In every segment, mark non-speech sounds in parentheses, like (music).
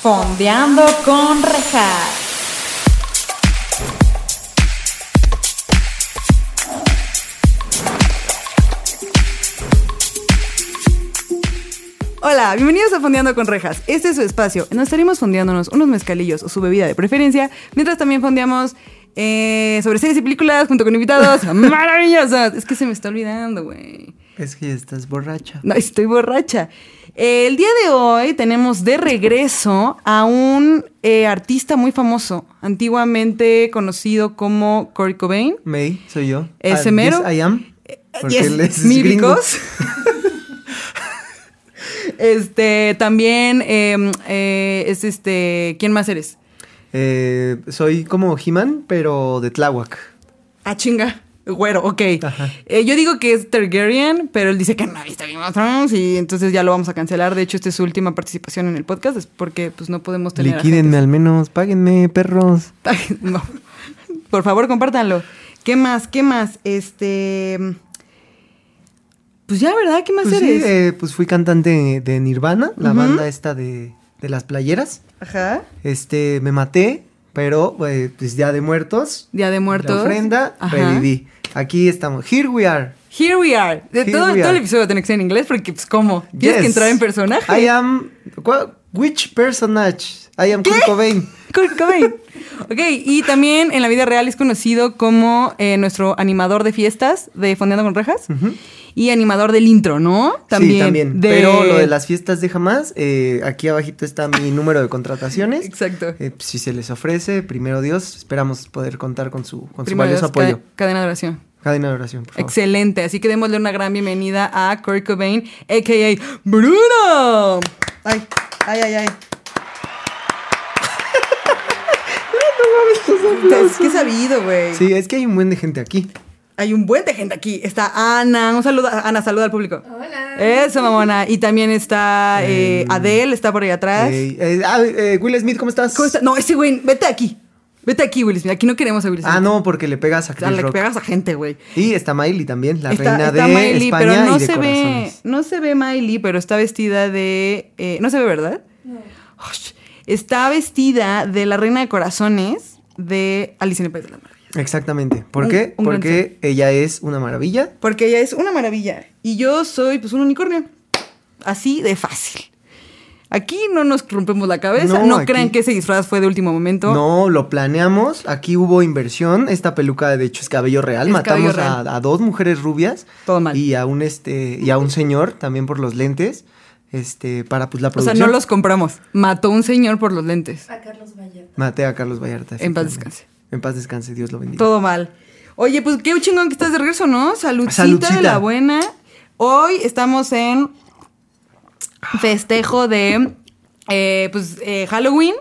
Fondeando con Rejas. Hola, bienvenidos a Fondeando con Rejas. Este es su espacio. Nos estaremos fondeándonos unos mezcalillos o su bebida de preferencia, mientras también fondeamos eh, sobre series y películas junto con invitados maravillosos. Es que se me está olvidando, güey. Es que estás borracha. No, estoy borracha. El día de hoy tenemos de regreso a un eh, artista muy famoso, antiguamente conocido como Corey Cobain. May, soy yo. ¿Ese Ah, mero? Eh, yes, I am. Porque Yes, él es mi gringo. bicos. (laughs) este, también eh, eh, es este. ¿Quién más eres? Eh, soy como He-Man, pero de Tláhuac. Ah, chinga. Güero, ok. Ajá. Eh, yo digo que es Targaryen, pero él dice que no ha visto Game of Thrones y entonces ya lo vamos a cancelar. De hecho, esta es su última participación en el podcast, es porque pues no podemos tener. a Liquídenme al menos, páguenme, perros. Ay, (laughs) no. Por favor, compártanlo. ¿Qué más? ¿Qué más? Este. Pues ya, ¿verdad? ¿Qué más Pues, sí, eres? eh, pues fui cantante de Nirvana, la Ujú. banda esta de, de las playeras. Ajá. Este, me maté, pero eh, pues ya de muertos. Día de Muertos. La ofrenda, Ajá. reviví. Aquí estamos. Here we are. Here we are. De Here todo, we todo el are. episodio tiene que ser en inglés porque, pues, ¿cómo? Tienes Yes. que entrar en personaje. I am. ¿cuál- Which personage? I am ¿Qué? Kurt Cobain. (laughs) Kurt Cobain. ok, y también en la vida real es conocido como eh, nuestro animador de fiestas de Fondeando con Rejas y animador del intro, ¿no? Mm. sí, también. de- Pero lo de las fiestas de jamás, eh, aquí abajito (laughs) está mi número de contrataciones. Exacto. Eh, pues, si se les ofrece, primero Dios, esperamos poder contar con su, con su Primero valioso Dios, ca- apoyo. cadena de oración. Cadena de oración, por favor. Excelente, así que démosle una gran bienvenida a Kurt Cobain, a.k.a. Bruno. Ay, ay, ay, ay. (laughs) Es que sabido, güey. Sí, es que hay un buen de gente aquí. Hay un buen de gente aquí. Está Ana. Un saludo. Ana, saluda al público. Hola. Eso, mamona. Y también está eh, Adele, está por ahí atrás. Eh, eh, ah, eh, Will Smith, ¿cómo estás? ¿Cómo está? No, ese güey, vete aquí. Vete aquí, Will Smith. Aquí no queremos a Will Smith. Ah, no, porque le pegas a A Chris la que Rock. pegas a gente, güey. Y está Miley también, la Está- reina está de Miley, España pero no y de se ve, corazones. no se ve Miley, pero está vestida de, eh, no se ve, ¿verdad? Ush. está vestida de la reina de corazones de Alicia en el País de las Maravillas. Exactamente. ¿Por Un- qué? un gran porque ella es una maravilla. Porque ella es una maravilla y yo soy pues un unicornio, así de fácil. Aquí no nos rompemos la cabeza, no, No, aquí- crean que ese disfraz fue de último momento. No, lo planeamos. Aquí hubo inversión. Esta peluca, de hecho, es cabello real. Es Matamos cabello a- real. A, dos mujeres rubias. Todo mal. Y a un este. Y a un señor también por los lentes. Este. Para pues la o sea, producción. no los compramos. Mató un señor por los lentes. A Carlos Vallarta. Maté a Carlos Vallarta. En paz efectivamente. descanse. En paz descanse, Dios lo bendiga. Todo mal. Oye, pues qué chingón que estás de regreso, ¿no? Saludcita, de Saludcita. la buena. Hoy estamos en festejo de eh, pues eh, Halloween,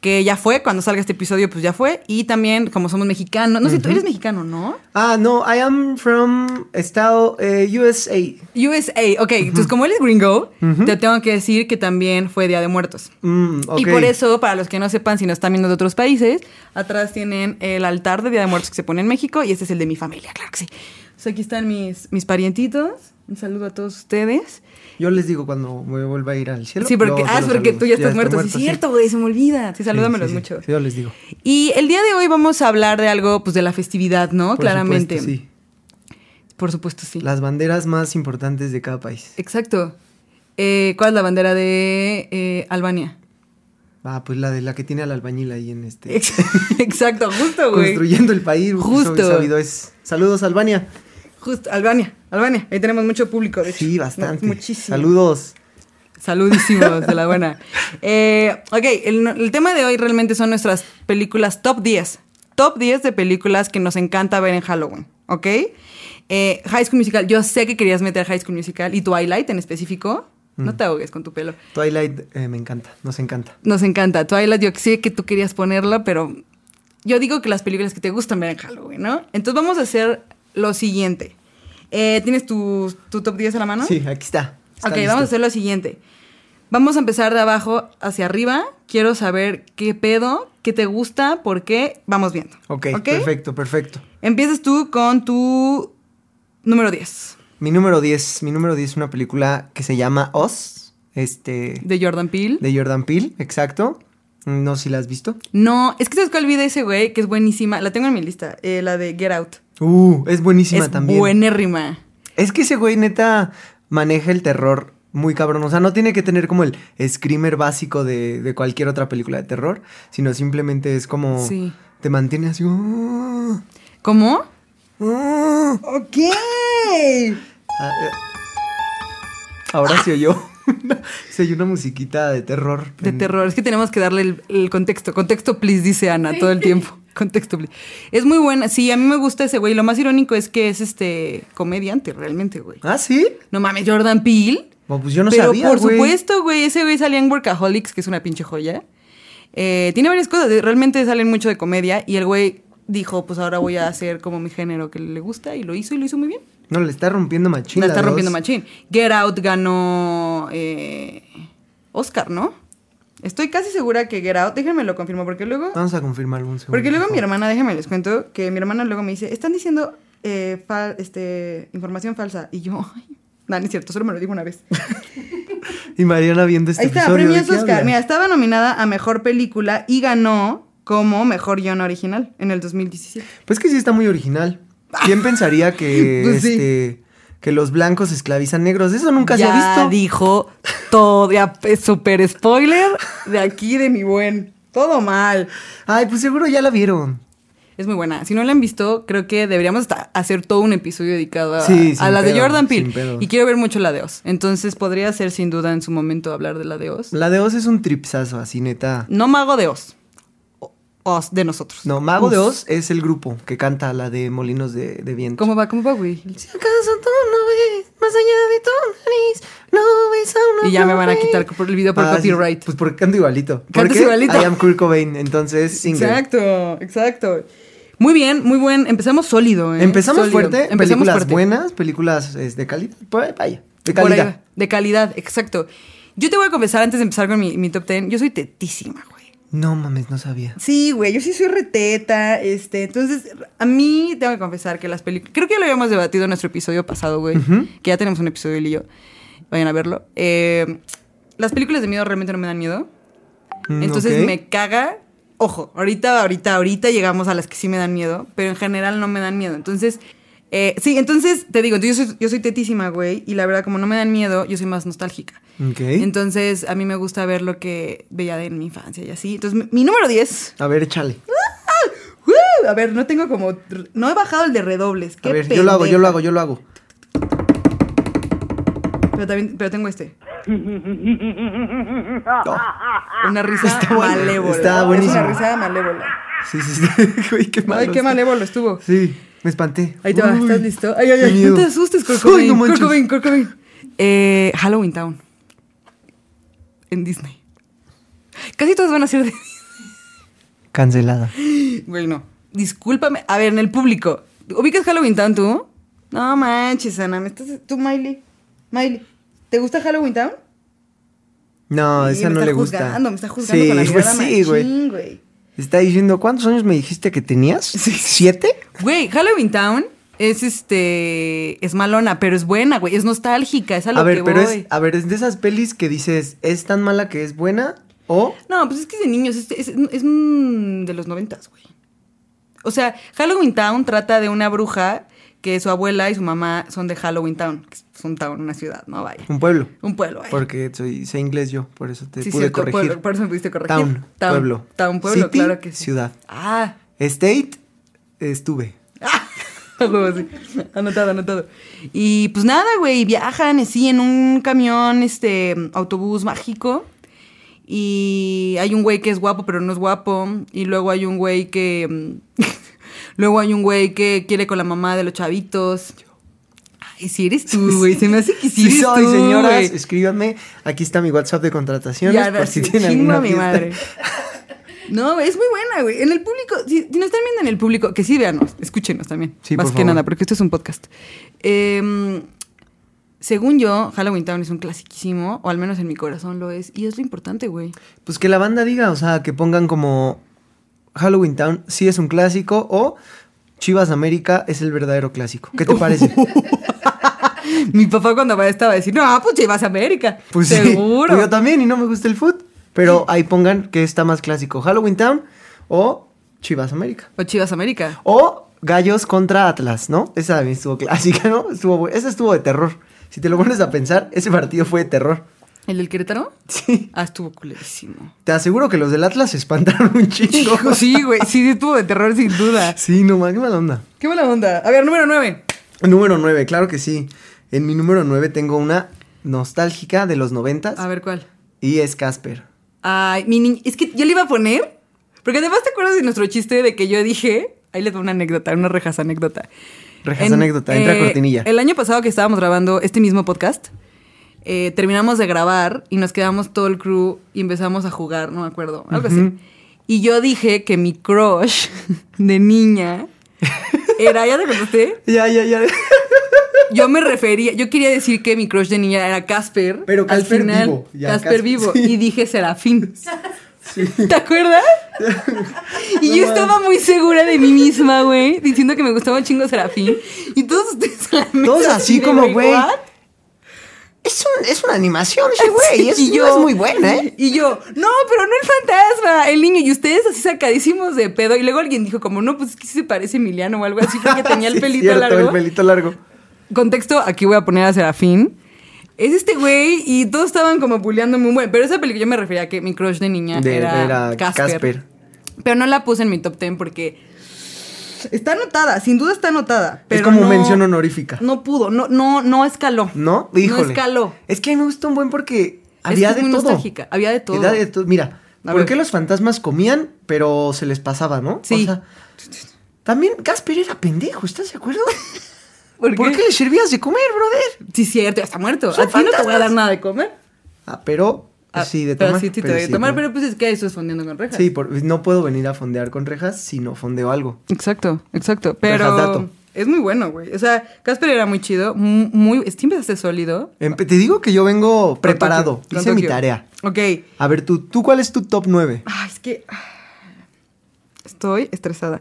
que ya fue, cuando salga este episodio, pues ya fue. Y también, como somos mexicanos, no sé, tú eres mexicano, ¿no? Ah, no, I am from Estado eh, USA. USA, ok, entonces como él es gringo, te tengo que decir que también fue Día de Muertos. Mm, ok. Y por eso, para los que no sepan, si nos están viendo de otros países, atrás tienen el altar de Día de Muertos que se pone en México y este es el de mi familia, claro que sí. Entonces, aquí están mis, mis parientitos. Un saludo a todos ustedes. Yo les digo cuando me vuelva a ir al cielo. Sí, porque, yo se ah, es los porque saludo. tú ya estás estoy muerto. Sí, sí. es cierto, güey, se me olvida. Sí, Sí, salúdamelos sí, sí. mucho. Sí, yo les digo. Y el día de hoy vamos a hablar de algo, pues, de la festividad, ¿no? Por Claramente. supuesto, sí. Por supuesto, sí. Las banderas más importantes de cada país. Exacto. Eh, ¿Cuál es la bandera de eh, Albania? Ah, pues la de la que tiene al albañil ahí en este. Ex- (laughs) Exacto, justo, güey. construyendo el país. Justo. Justo. Sabido es. Saludos, Albania. Justo, Albania, Albania. Ahí tenemos mucho público, de hecho. Sí, bastante. Mu- Muchísimo. Saludos. Saludísimos, (laughs) de la buena. Eh, ok, el, el tema de hoy realmente son nuestras películas top 10. Top 10 de películas que nos encanta ver en Halloween, ¿ok? Eh, High School Musical. Yo sé que querías meter High School Musical y Twilight en específico. Mm. No te ahogues con tu pelo. Twilight eh, me encanta, nos encanta. Nos encanta. Twilight, yo sé que tú querías ponerla, pero yo digo que las películas que te gustan ver en Halloween, ¿no? Entonces vamos a hacer lo siguiente. Eh, ¿Tienes tu, tu top 10 a la mano? Sí, aquí está. Está ok, listo. vamos a hacer lo siguiente. Vamos a empezar de abajo hacia arriba. Quiero saber qué pedo, qué te gusta, por qué. Vamos viendo. Ok, perfecto, perfecto. Empiezas tú con tu número 10. Mi número 10, mi número 10 es una película que se llama Oz. Este. De Jordan Peele. de Jordan Peele, exacto. No sé si la has visto. No, es que sabes cuál video ese güey, que es buenísima. La tengo en mi lista, eh, la de Get Out. Uh, es buenísima es también. buenérrima. Es que ese güey neta maneja el terror muy cabrón. O sea, no tiene que tener como el screamer básico de, de cualquier otra película de terror, sino simplemente es como... Sí. Te mantiene así... "Ah, ¿Cómo? ah". Ok. Ah, eh. Ahora se oyó. (laughs) se oyó una musiquita de terror. De En- terror. Es que tenemos que darle el, el contexto. Contexto, please, dice Ana todo el tiempo. Contexto, please. Es muy buena. Sí, a mí me gusta ese güey. Lo más irónico es que es este comediante, realmente, güey. ¿Ah, sí? No mames, Jordan Peele. Bueno, pues yo no Pero sabía, por güey. supuesto, güey, ese güey salía en Workaholics, que es una pinche joya. Eh, tiene varias cosas, de- realmente salen mucho de comedia y el güey dijo, pues ahora voy a hacer como mi género que le gusta y lo hizo y lo hizo muy bien. No, le está rompiendo machín. la está dos. rompiendo machín. Get Out ganó eh, Oscar, ¿no? Estoy casi segura que Get Out, déjenme lo confirmo porque luego... Vamos a confirmarlo un segundo. Porque luego por mi favor. hermana, déjenme les cuento, que mi hermana luego me dice, están diciendo eh, fal- este, información falsa. Y yo, ay, no, no es cierto, solo me lo digo una vez. Y Mariana viendo (laughs) este Ahí está, episodio, ¿de premios qué Oscar. hablas? Mira, estaba nominada a mejor película y ganó como mejor guión original en el 2017. Pues que sí está muy original. ¿Quién pensaría que (laughs) Pues sí. este que los blancos esclavizan negros? Eso nunca se ya ha visto. dijo todo, ya pues, super spoiler de aquí de mi buen. Todo mal. Ay, pues seguro ya la vieron. Es muy buena. Si no la han visto, creo que deberíamos hasta hacer todo un episodio dedicado a, Sí, a sin la de pedo, Jordan sin Peele. pedo. Y quiero ver mucho la de Oz. Entonces podría ser sin duda en su momento hablar de la de Oz. La de Oz es un tripsazo, así neta. No mago de Oz. O- Oz de nosotros. No, Mago de Us. Oz es el grupo que canta la de Molinos de, de Viento. ¿Cómo va? ¿Cómo va, güey? Si acaso tú no ves más allá de tu nariz, no ves a una Y ya me van a flor. quitar por el video por Ah, sí, copyright. pues porque canto igualito. Cantas Porque igualito. I am Kurt Cobain, entonces singer. Exacto, exacto. Muy bien, muy buen. Empezamos sólido, ¿eh? Empezamos Sólido. fuerte, Empezamos películas fuerte. buenas, películas es, de calidad. Por ahí, Vaya, de Por ahí calidad. va. De calidad, exacto. Yo te voy a confesar antes de empezar con mi, mi top ten, yo soy tetísima, güey. No mames, no sabía. Sí, güey, yo sí soy reteta, este, entonces a mí tengo que confesar que las películas, creo que ya lo habíamos debatido en nuestro episodio pasado, güey, Ujú. que ya tenemos un episodio él y yo, vayan a verlo. Eh, las películas de miedo realmente no me dan miedo, Mm, entonces ok. me caga. Ojo, ahorita, ahorita, ahorita llegamos a las que sí me dan miedo, pero en general no me dan miedo. Entonces, eh, sí, entonces te digo, yo soy, yo soy tetísima, güey, y la verdad, como no me dan miedo, yo soy más nostálgica. Ok. Entonces, a mí me gusta ver lo que veía de en mi infancia y así. Entonces, mi, mi número 10. A ver, échale. ¡Uh! A ver, no tengo como. No he bajado el de redobles. A qué ver, yo lo hago, yo lo pendeja. hago, yo lo hago. Pero también pero tengo este. No. Una risa Está bueno, malévola. está Es buenísimo. una risa malévola. Sí, (laughs) sí, sí. Güey, qué malo. Ay, qué está. malévolo estuvo. Sí, me espanté. Ahí te va, Uy, ¿estás listo? Ay, ay, qué ay, miedo. no te asustes, Kurt Ay, Cobain, no Kurt manches. Cobain, Kurt Cobain. Eh, Halloween Town. En Disney. Casi todas van a ser de Cancelada. Güey, no. Discúlpame. A ver, en el público. ¿Ubicas Halloween Town tú? No manches, Ana. ¿Me estás... Tú, Miley. Miley. ¿Te gusta Halloween Town? No, Sí, esa me no está le gusta. juzgando, Me está juzgando Sí, con la (laughs) pues mirada sí, güey. machín, güey. Está diciendo, ¿cuántos años me dijiste que tenías? ¿Siete? Güey, Halloween Town es este. Es malona, pero es buena, güey. Es nostálgica. Es a lo A ver, que pero voy. es, a ver, es de esas pelis que dices, ¿es tan mala que es buena? O No, pues es que es de niños, es, es- es, mm, de los noventas, güey. O sea, Halloween Town trata de una bruja que su abuela y su mamá son de Halloween Town, que es un town, una ciudad, ¿no? Vaya. un pueblo. Un pueblo, vaya. Porque soy, sé inglés yo, por eso te Sí, pude cierto, corregir. pueblo, por eso me pudiste corregir. Town, Town, pueblo. town, pueblo, City, claro que sí. ciudad. Ah, (laughs) State, estuve. A huevo, sí. Anotado, anotado. Y pues nada, güey, viajan así en un camión, este, autobús mágico. Y hay un güey que es guapo, pero no es guapo. Y luego hay un güey que... mm, (laughs) luego hay un güey que quiere con la mamá de los chavitos. Ay, si eres tú, güey. Se me hace que si Sí, eres soy, tú, señoras. güey. Escríbanme. Aquí está mi WhatsApp de contrataciones. Ya, por si sí, tienen chingo alguna a mi fiesta. madre. No, güey, es muy buena, güey. En el público, si, si nos están viendo en el público, que sí, véanos, escúchenos también. Sí, más por que favor. nada, porque esto es un podcast. Eh, según yo, Halloween Town es un clasiquísimo, o al menos en mi corazón lo es, y es lo importante, (gasps) güey. Pues que la banda diga, o sea, que pongan como Halloween Town sí es (laughs) un clásico o Chivas América es el verdadero clásico. ¿Qué te parece? Mi papá cuando va estaba a decir, no, pues llevas a América. Pues sí, Seguro. Yo también y no me gusta el food. Pero ahí pongan que está más clásico. Halloween Town o Chivas América. O Chivas América. O Gallos contra Atlas, ¿no? Esa también estuvo clásica, ¿no? Estuvo, bu- esa estuvo de terror. Si te lo pones a pensar, ese partido fue de terror. (laughs) ¿El del Querétaro? Sí. Ah, estuvo (laughs) culerísimo. Te aseguro que los del Atlas se espantaron un chingo. Hijo, sí, güey. Sí, estuvo de terror sin duda. (laughs) Sí, no más, qué mala onda. Qué mala onda. A ver, número 9. Número 9, claro que sí. En mi número 9 tengo una nostálgica de los noventas A ver cuál. y es Casper. Ay, mi niña. Es que yo le iba a poner. Porque además te acuerdas de nuestro chiste de que yo dije. Ahí les doy una anécdota, una rejas anécdota. Rejas En- anécdota, entra eh, cortinilla. El año pasado que estábamos grabando este mismo podcast, eh, terminamos de grabar y nos quedamos todo el crew y empezamos a jugar, no me acuerdo, algo así. Y yo dije que mi crush (laughs) de niña era, ¿ya te contaste? Ya, ya, ya. (laughs) Yo me refería, yo quería decir que mi crush de niña era Casper. Pero al Casper final, vivo, ya, Casper, Casper, vivo. sí. Y dije Serafín. ¿Te acuerdas? Y yo estaba muy segura de mí misma, güey, diciendo que me gustaba un chingo Serafín. Y todos ustedes en la mesa Todos así de, como, güey. "What?" Es, un- es una animación ese güey, es, (laughs) Y no es muy buena, ¿eh? (laughs) Y yo, no, pero no el fantasma, el niño. Y ustedes así sacadísimos de pedo. Y luego alguien dijo como, no, pues es que sí se parece a Emiliano o algo así, (laughs) porque tenía el Sí, pelito cierto, largo. El pelito largo. Contexto, aquí voy a poner a Serafín. Es este güey y todos estaban como bulleando muy bueno. Pero esa película yo me refería a que mi crush de niña De- era, era Casper. Casper. Pero no la puse en mi top 10 porque está anotada, sin duda está anotada. Pero es como no- mención honorífica. No pudo, no, no, no escaló. ¿No? Híjole. No escaló. Es que a mí me gustó un buen porque que había es de muy todo. nostálgica, había de todo. Era de to- Mira, A ¿por ver. qué los fantasmas comían, pero se les pasaba, no? Sí. O sea, también Casper era pendejo, ¿estás de acuerdo? (laughs) ¿Por ¿Por qué? qué le servías de comer, brother? Sí, cierto, ya está muerto. Son a ti no te voy a fantasmas. dar nada de comer. Ah, pero Ah, sí, de pero tomar. Sí, sí, te doy de tomar, de pero pues es que eso es fondeando con rejas. Sí, por- no puedo venir a fondear con rejas si no fondeo algo. Exacto, exacto. Rejas Pero dato. es muy bueno, güey. O sea, Casper era muy chido, mu- muy... Siempre hace sólido. Empe- Em, te digo que yo vengo Con preparado. Tokio, con Hice mi Tokio. tarea. Ok. A ver, tú, ¿tú cuál es tu top 9? Ay, es que... ah, Estoy estresada.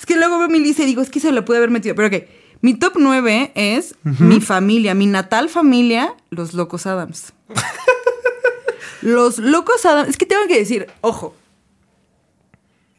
Es que luego veo mi lista y digo, es que se lo pude haber metido. Pero ok, mi top 9 es mi familia, mi natal familia, los Locos Adams. los Locos Adams... Es que tengo que decir, ojo.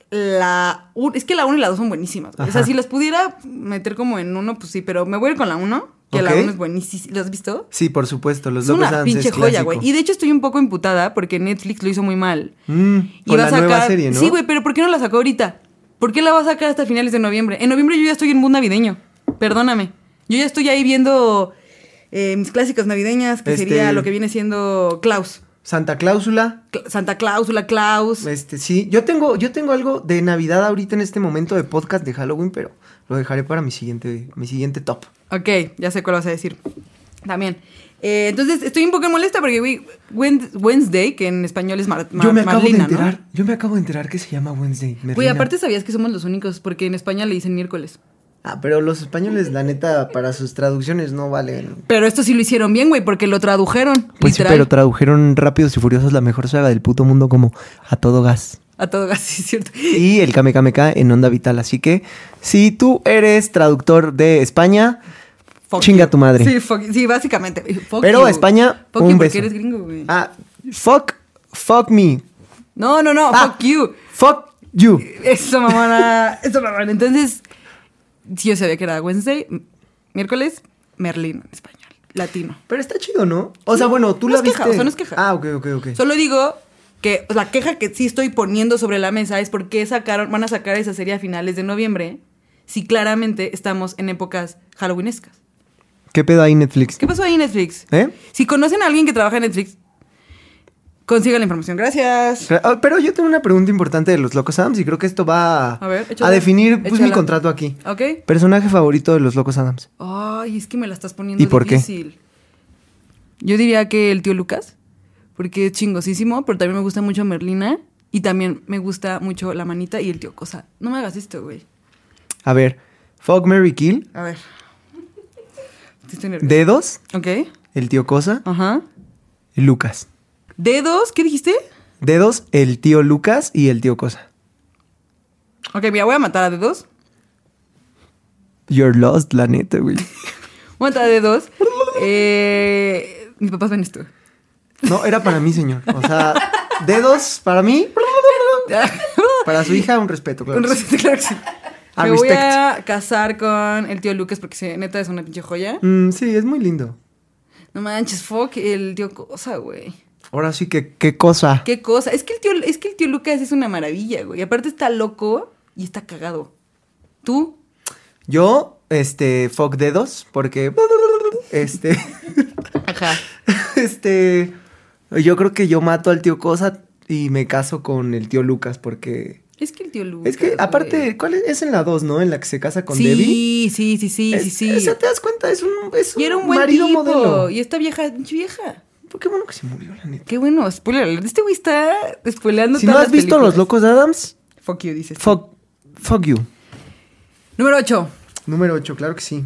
La un- es que la 1 y la 2 son buenísimas. güey. O sea, Ajá. si las pudiera meter como en uno, pues sí, pero me voy a ir con la 1, que la Ok. 1 es buenísima. ¿Lo has visto? Sí, por supuesto, los Es una locos Adams pinche es joya, clásico. güey. Y de hecho estoy un poco imputada porque Netflix lo hizo muy mal. Mm, Y va con la a sacar... nueva serie, ¿no? Sí, güey, pero ¿por qué no la sacó ahorita? ¿Por qué la va a sacar hasta finales de noviembre? En noviembre yo ya estoy en mood navideño. Perdóname. Yo ya estoy ahí viendo eh, mis clásicas navideñas, que Este- sería lo que viene siendo Klaus. Santa Cláusula. Cla- Santa Cláusula, Klaus. Este, sí, yo tengo, yo tengo algo de Navidad ahorita en este momento de podcast de Halloween, pero lo dejaré para mi siguiente, mi siguiente top. Ok, ya sé cuál vas a decir. También. Eh, entonces, estoy un poco molesta porque, güey, Wen- Wednesday, que en español es Mar- Mar- yo me acabo Marlina, de ¿no? enterar, yo me acabo de enterar que se llama Wednesday. Güey, Merlina. aparte sabías que somos los únicos, porque en España le dicen miércoles. Ah, pero los españoles, la neta, para sus traducciones no valen. Pero esto sí lo hicieron bien, güey, porque lo tradujeron. Pues sí, literal. pero tradujeron Rápidos y Furiosos la mejor saga del puto mundo como a todo gas. A todo gas, (laughs) sí, es cierto. Y el KMKMK en Onda Vital. Así que, si tú eres traductor de España, Fuck chinga you. tu madre. Sí, fuck- sí, básicamente. Fuck pero you. a España, Fuck you un porque beso. eres gringo, güey. Ah, fuck, fuck me. No, no, no, Ah, fuck you. Fuck you. Eso, mamona. Eso, mamona. Entonces, sí, yo sabía que era Wednesday, m- miércoles, Merlín en español, latino. Pero está chido, ¿no? O sea, bueno, tú no la es queja, viste. o sea, no es queja. Ah, ok, ok, ok. Solo digo que la queja que sí estoy poniendo sobre la mesa es por qué sacaron, van a sacar esa serie a finales de noviembre si claramente estamos en épocas halloweenescas. ¿Qué pedo ahí Netflix? ¿Qué pasó ahí Netflix? ¿Eh? Si conocen a alguien que trabaja en Netflix, consigan la información. Gracias. Ah, Pero yo tengo una pregunta importante de los Locos Adams y creo que esto va a, A ver, échala, a definir pues, mi échala. contrato aquí. ¿Ok? Personaje favorito de los Locos Adams. Ay, es que me la estás poniendo ¿Y por qué? difícil. Yo diría que el tío Lucas, porque es chingosísimo, pero también me gusta mucho Merlina y también me gusta mucho la manita y el tío Cosa. No me hagas esto, güey. A ver, Fuck Mary Kill, A ver. Sí Estoy nerviosa. Dedos, Ok. el tío Cosa, Ajá. y Lucas. Dedos, ¿qué dijiste? Dedos, el tío Lucas y el tío Cosa. Ok, mira, voy a matar a dedos. You're lost, la neta, güey. Voy a matar a dedos. Eh, mis papás ven (laughs) esto. (laughs) No, era para mí, señor. O sea, dedos para mí. Para su hija, un respeto, claro. Un respeto, claro que (laughs) sí. A Me voy respect. a casar con el tío Lucas porque sí, neta es una pinche joya. Mm, sí, es muy lindo. No manches, fuck, el tío cosa, güey. Ahora sí que, qué cosa. Qué cosa. Es que el tío, es que el tío Lucas es una maravilla, güey. Aparte está loco y está cagado. ¿Tú? Yo, este, fuck dedos, porque. Este. (laughs) Ajá. Este. Yo creo que yo mato al tío Cosa y me caso con el tío Lucas, porque. Es que el tío Lucas. Es que, güey. aparte, ¿cuál es? Es en la 2, ¿no? En la que se casa con sí, Debbie. Sí, sí, sí, sí, Es- sí. O sea, te das cuenta, es un, es Y era un buen marido tipo. modelo. Y esta vieja, pinche vieja. Pero Qué bueno que se murió, la neta. Qué bueno, spoiler. alert. Este güey está spoileando si no todas has las visto Los películas. Locos de Adams, Fuck you, dices. fuck, fuck you. Número 8. Número 8, claro que sí.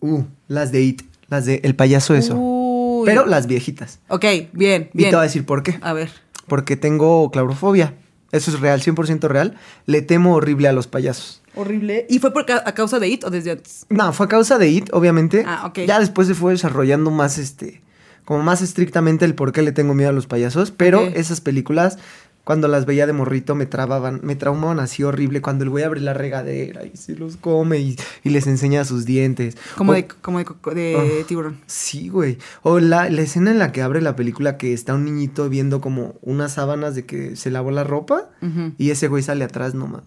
Uh, las de It, las de El Payaso Eso. Uy. Pero las viejitas. Ok, bien, Y bien. te voy a decir por qué. A ver. Porque tengo claurofobia. Eso es real, 100% real. Le temo horrible a los payasos. Horrible. ¿Y fue por ca- a causa de It o desde antes? No, fue a causa de It, obviamente. Ah, ok. Ya después se fue desarrollando más este. Como más estrictamente el por qué le tengo miedo a los payasos. Pero Ok. esas películas, cuando las veía de morrito, me trababan, me traumaban así horrible. Cuando el güey abre la regadera y se los come y, y les enseña sus dientes. Como O- de, como de, coco- de Oh. Ah. tiburón. Sí, güey. O la, la escena en la que abre la película que está un niñito viendo como unas sábanas de que se lavó la ropa Ujú. y ese güey sale atrás nomás.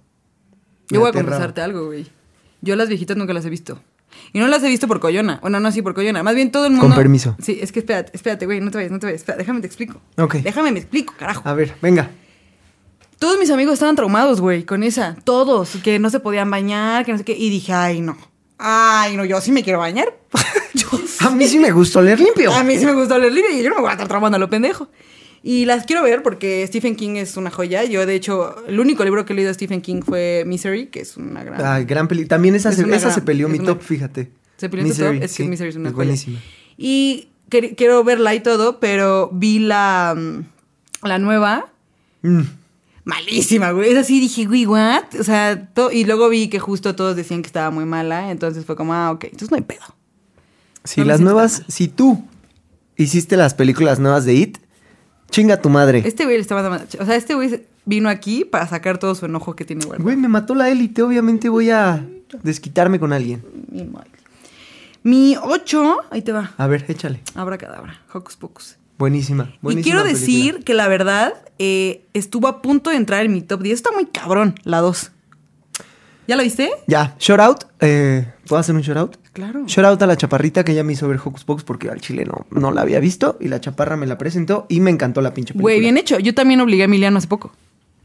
Yo voy a aterraba. confesarte algo, güey. Yo las viejitas nunca las he visto. Y no las he visto por coyona. Bueno, no, sí, por coyona. Más bien todo el Con mundo. permiso. Sí, es que espérate, espérate, güey. No te vayas, no te vayas. Espera, déjame te explico. Ok. Déjame me explico, carajo. A ver, venga. Todos mis amigos estaban traumados, güey, con esa. Todos, que no se podían bañar, que no sé qué. Y dije, ay, no. Ay, no, yo sí me quiero bañar. (laughs) yo A mí sí me gustó leer limpio. A mí sí me gustó leer libros y yo no me voy a estar traumando a lo pendejo. Y las quiero ver porque Stephen King es una joya. Yo, de hecho, el único libro que he leído de Stephen King fue Misery, que es una gran... Ay, gran peli. También esa, Es se, una esa gran- se peleó es mi una- top, fíjate. ¿Se peleó en tu top? Misery, Es que sí, Misery es una joya. buenísima. Y quer- quiero verla y todo, pero vi la, mm, la nueva. Mm. Malísima, güey. Es así, dije, güey, what? O sea, to- y luego vi que justo todos decían que estaba muy mala. Entonces fue como, ah, ok, entonces no hay pedo. Si No me las siento nuevas, mal. si tú hiciste las películas nuevas de It, chinga tu madre. Este güey le estaba dando... O sea, este güey vino aquí para sacar todo su enojo que tiene guardado. Güey, me mató la élite, obviamente voy a desquitarme con alguien. Mi madre. Mi 8, ahí te va. A ver, échale. Habrá cadabra, hocus pocus. Buenísima. y buenísima quiero película. decir que la verdad eh, estuvo a punto de entrar en mi top 10. Está muy cabrón, la 2. ¿Ya la viste? Ya, shout out. eh, ¿Puedo hacer un shout out? Claro. Shout out a la chaparrita que ella me hizo ver Hocus Pocus porque al chile no, no la había visto y la chaparra me la presentó y me encantó la pinche película. Güey, bien hecho. Yo también obligué a Emiliano hace poco.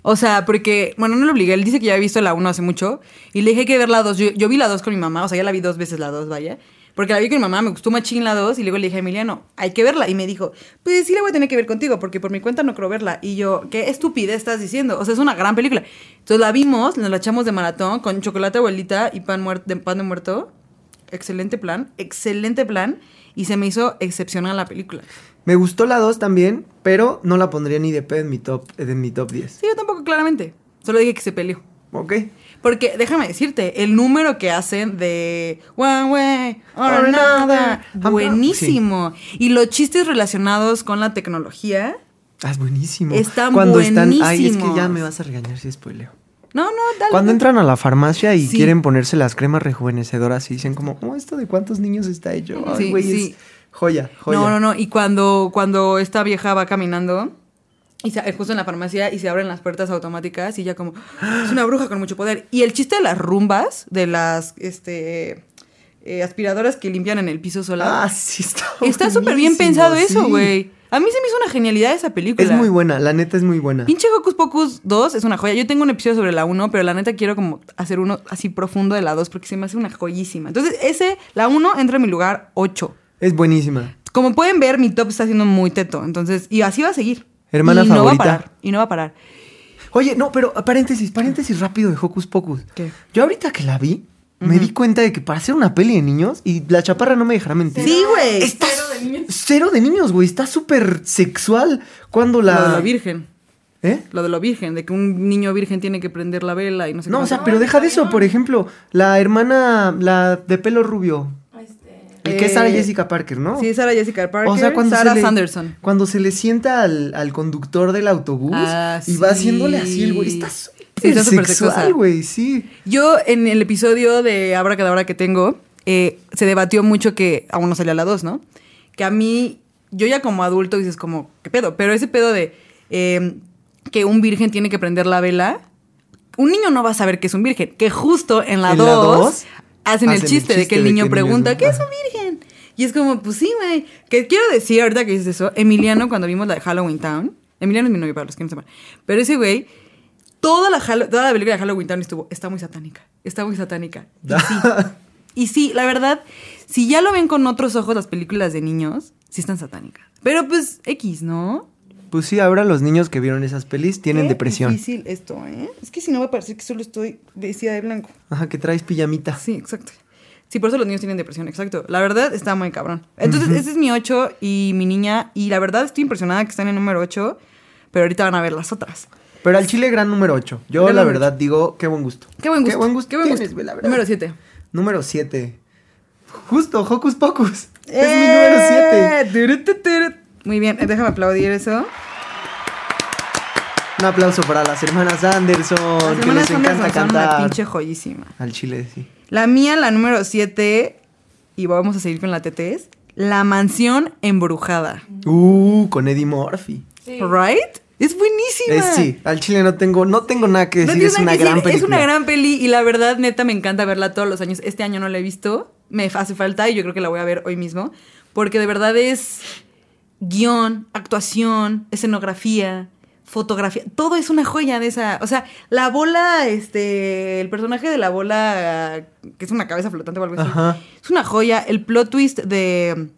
O sea, porque, bueno, no lo obligué. Él dice que ya había visto la 1 hace mucho. Y le dije que ver la 2. Yo, yo vi la 2 con mi mamá. O sea, ya la vi dos veces la 2, vaya. Porque la vi con mi mamá, me gustó machín la 2. Y luego le dije a Emiliano, hay que verla. Y me dijo, pues sí la voy a tener que ver contigo, porque por mi cuenta no creo verla. Y yo, qué estupidez estás diciendo. O sea, es una gran película. Entonces la vimos, nos la echamos de maratón con chocolate abuelita y pan, muer- de, pan de muerto. Excelente plan, excelente plan. Y se me hizo excepcional la película. Me gustó la 2 también, pero no la pondría ni de pedo en mi top, en mi top 10. Sí, yo tampoco, claramente. Solo dije que se peleó. ¿Ok? Porque déjame decirte, el número que hacen de One Way or Or Another, another. buenísimo. Y los chistes relacionados con la tecnología. Ah, es buenísimo. Están Ay, es que ya buenísimos. me vas a regañar si spoileo. No, no, dale. Cuando entran a la farmacia y Sí. quieren ponerse las cremas rejuvenecedoras y dicen como, oh, ¿esto de cuántos niños está hecho? Ay, Sí, güey, sí. es joya, joya. No, no, no. Y cuando, cuando esta vieja va caminando, y se- eh, justo en la farmacia, y se abren las puertas automáticas, y ya como, ¡Ah! es una bruja con mucho poder. Y el chiste de las rumbas, de las este, eh, aspiradoras que limpian en el piso solar. Ah, sí, está (laughs) Está súper bien buenísimo, pensado eso, sí. güey. A mí se me hizo una genialidad esa película. Es muy buena, la neta es muy buena. Pinche Hocus Pocus 2 es una joya. Yo tengo un episodio sobre la 1, pero la neta quiero como hacer uno así profundo de la 2 porque se me hace una joyísima. Entonces, ese, la 1 entra en mi lugar 8. Es buenísima. Como pueden ver, mi top está siendo muy teto. Entonces, y así va a seguir. Hermana y favorita. No va a parar. Y no va a parar. Oye, no, pero ah, paréntesis, paréntesis rápido de Hocus Pocus. ¿Qué? Yo ahorita que la vi, me di cuenta de que para hacer una peli de niños, y la chaparra no me dejará mentir. Sí, güey. Está cero de niños. Cero de niños, güey. Está súper sexual cuando la. Lo de la virgen. ¿Eh? Lo de lo virgen, de que un niño virgen tiene que prender la vela y no sé qué No, o más. sea, pero deja de eso, por ejemplo, la hermana, la de pelo rubio. Este, El que es Sara Eh, Jessica Parker, ¿no? Sí, Sara Jessica Parker, O sea, cuando Sara se le- Sanderson. Cuando se le sienta al, al conductor del autobús Ah, y sí. va haciéndole así el güey. Está Sí, súper está súper sexual, sexosa. güey, sí. Yo en el episodio de Abracadabra que tengo, eh, se debatió mucho que aún no salía la 2, ¿no? Que a mí, yo ya como adulto dices como, ¿qué pedo? Pero ese pedo de eh, que un virgen tiene que prender la vela, un niño no va a saber que es un virgen. Que justo en la ¿En la 2 dos? hacen, el chiste de que el niño es pregunta, un- ¿qué es Ajá. un virgen? Y es como, pues sí, güey. Que quiero decir ahorita que dices eso, Emiliano cuando vimos la de Halloween Town, Emiliano es mi novio para los que no sepan, pero ese güey... Toda la, Hall- toda la película de Halloween Town estuvo, está muy satánica, está muy satánica. (laughs) Y sí, la verdad, si ya lo ven con otros ojos las películas de niños, sí están satánicas. Pero pues, X, ¿no? Pues sí, ahora los niños que vieron esas pelis tienen Qué depresión. difícil esto, ¿eh? Es que si no va a parecer que solo estoy vestida de blanco. Ajá, que traes pijamita. Sí, exacto. Sí, por eso los niños tienen depresión, exacto. La verdad, está muy cabrón. Entonces, ese es mi 8 y mi niña. Y la verdad, estoy impresionada que están en el número 8. Pero ahorita van a ver las otras. Pero al chile gran número 8. Yo Gran la número verdad digo, qué buen gusto. Qué buen gusto. Qué buen gusto. Qué buen tienes, gusto. güey, la verdad. número 7. Número 7. Justo, Hocus Pocus. Es Eh. mi número 7. Muy bien, eh, déjame aplaudir eso. Un aplauso para las hermanas Anderson, Las Oh, que hermanas les encanta Anderson son una cantar. pinche joyísima. Al chile, sí. La mía, la número 7, y vamos a seguir con la TT, es La Mansión Embrujada. Uh, con Eddie Murphy. ¿Right? Es buenísima. Eh, sí, al chile no tengo, no tengo nada que No decir, tiene es nada una que gran decir, película. Es una gran peli y la verdad, neta, me encanta verla todos los años. Este año no la he visto, me hace falta y yo creo que la voy a ver hoy mismo. Porque de verdad es guión, actuación, escenografía, fotografía. Todo es una joya de esa. O sea, la bola, este. El personaje de la bola, que es una cabeza flotante o algo así. Ajá. Es una joya. El plot twist de.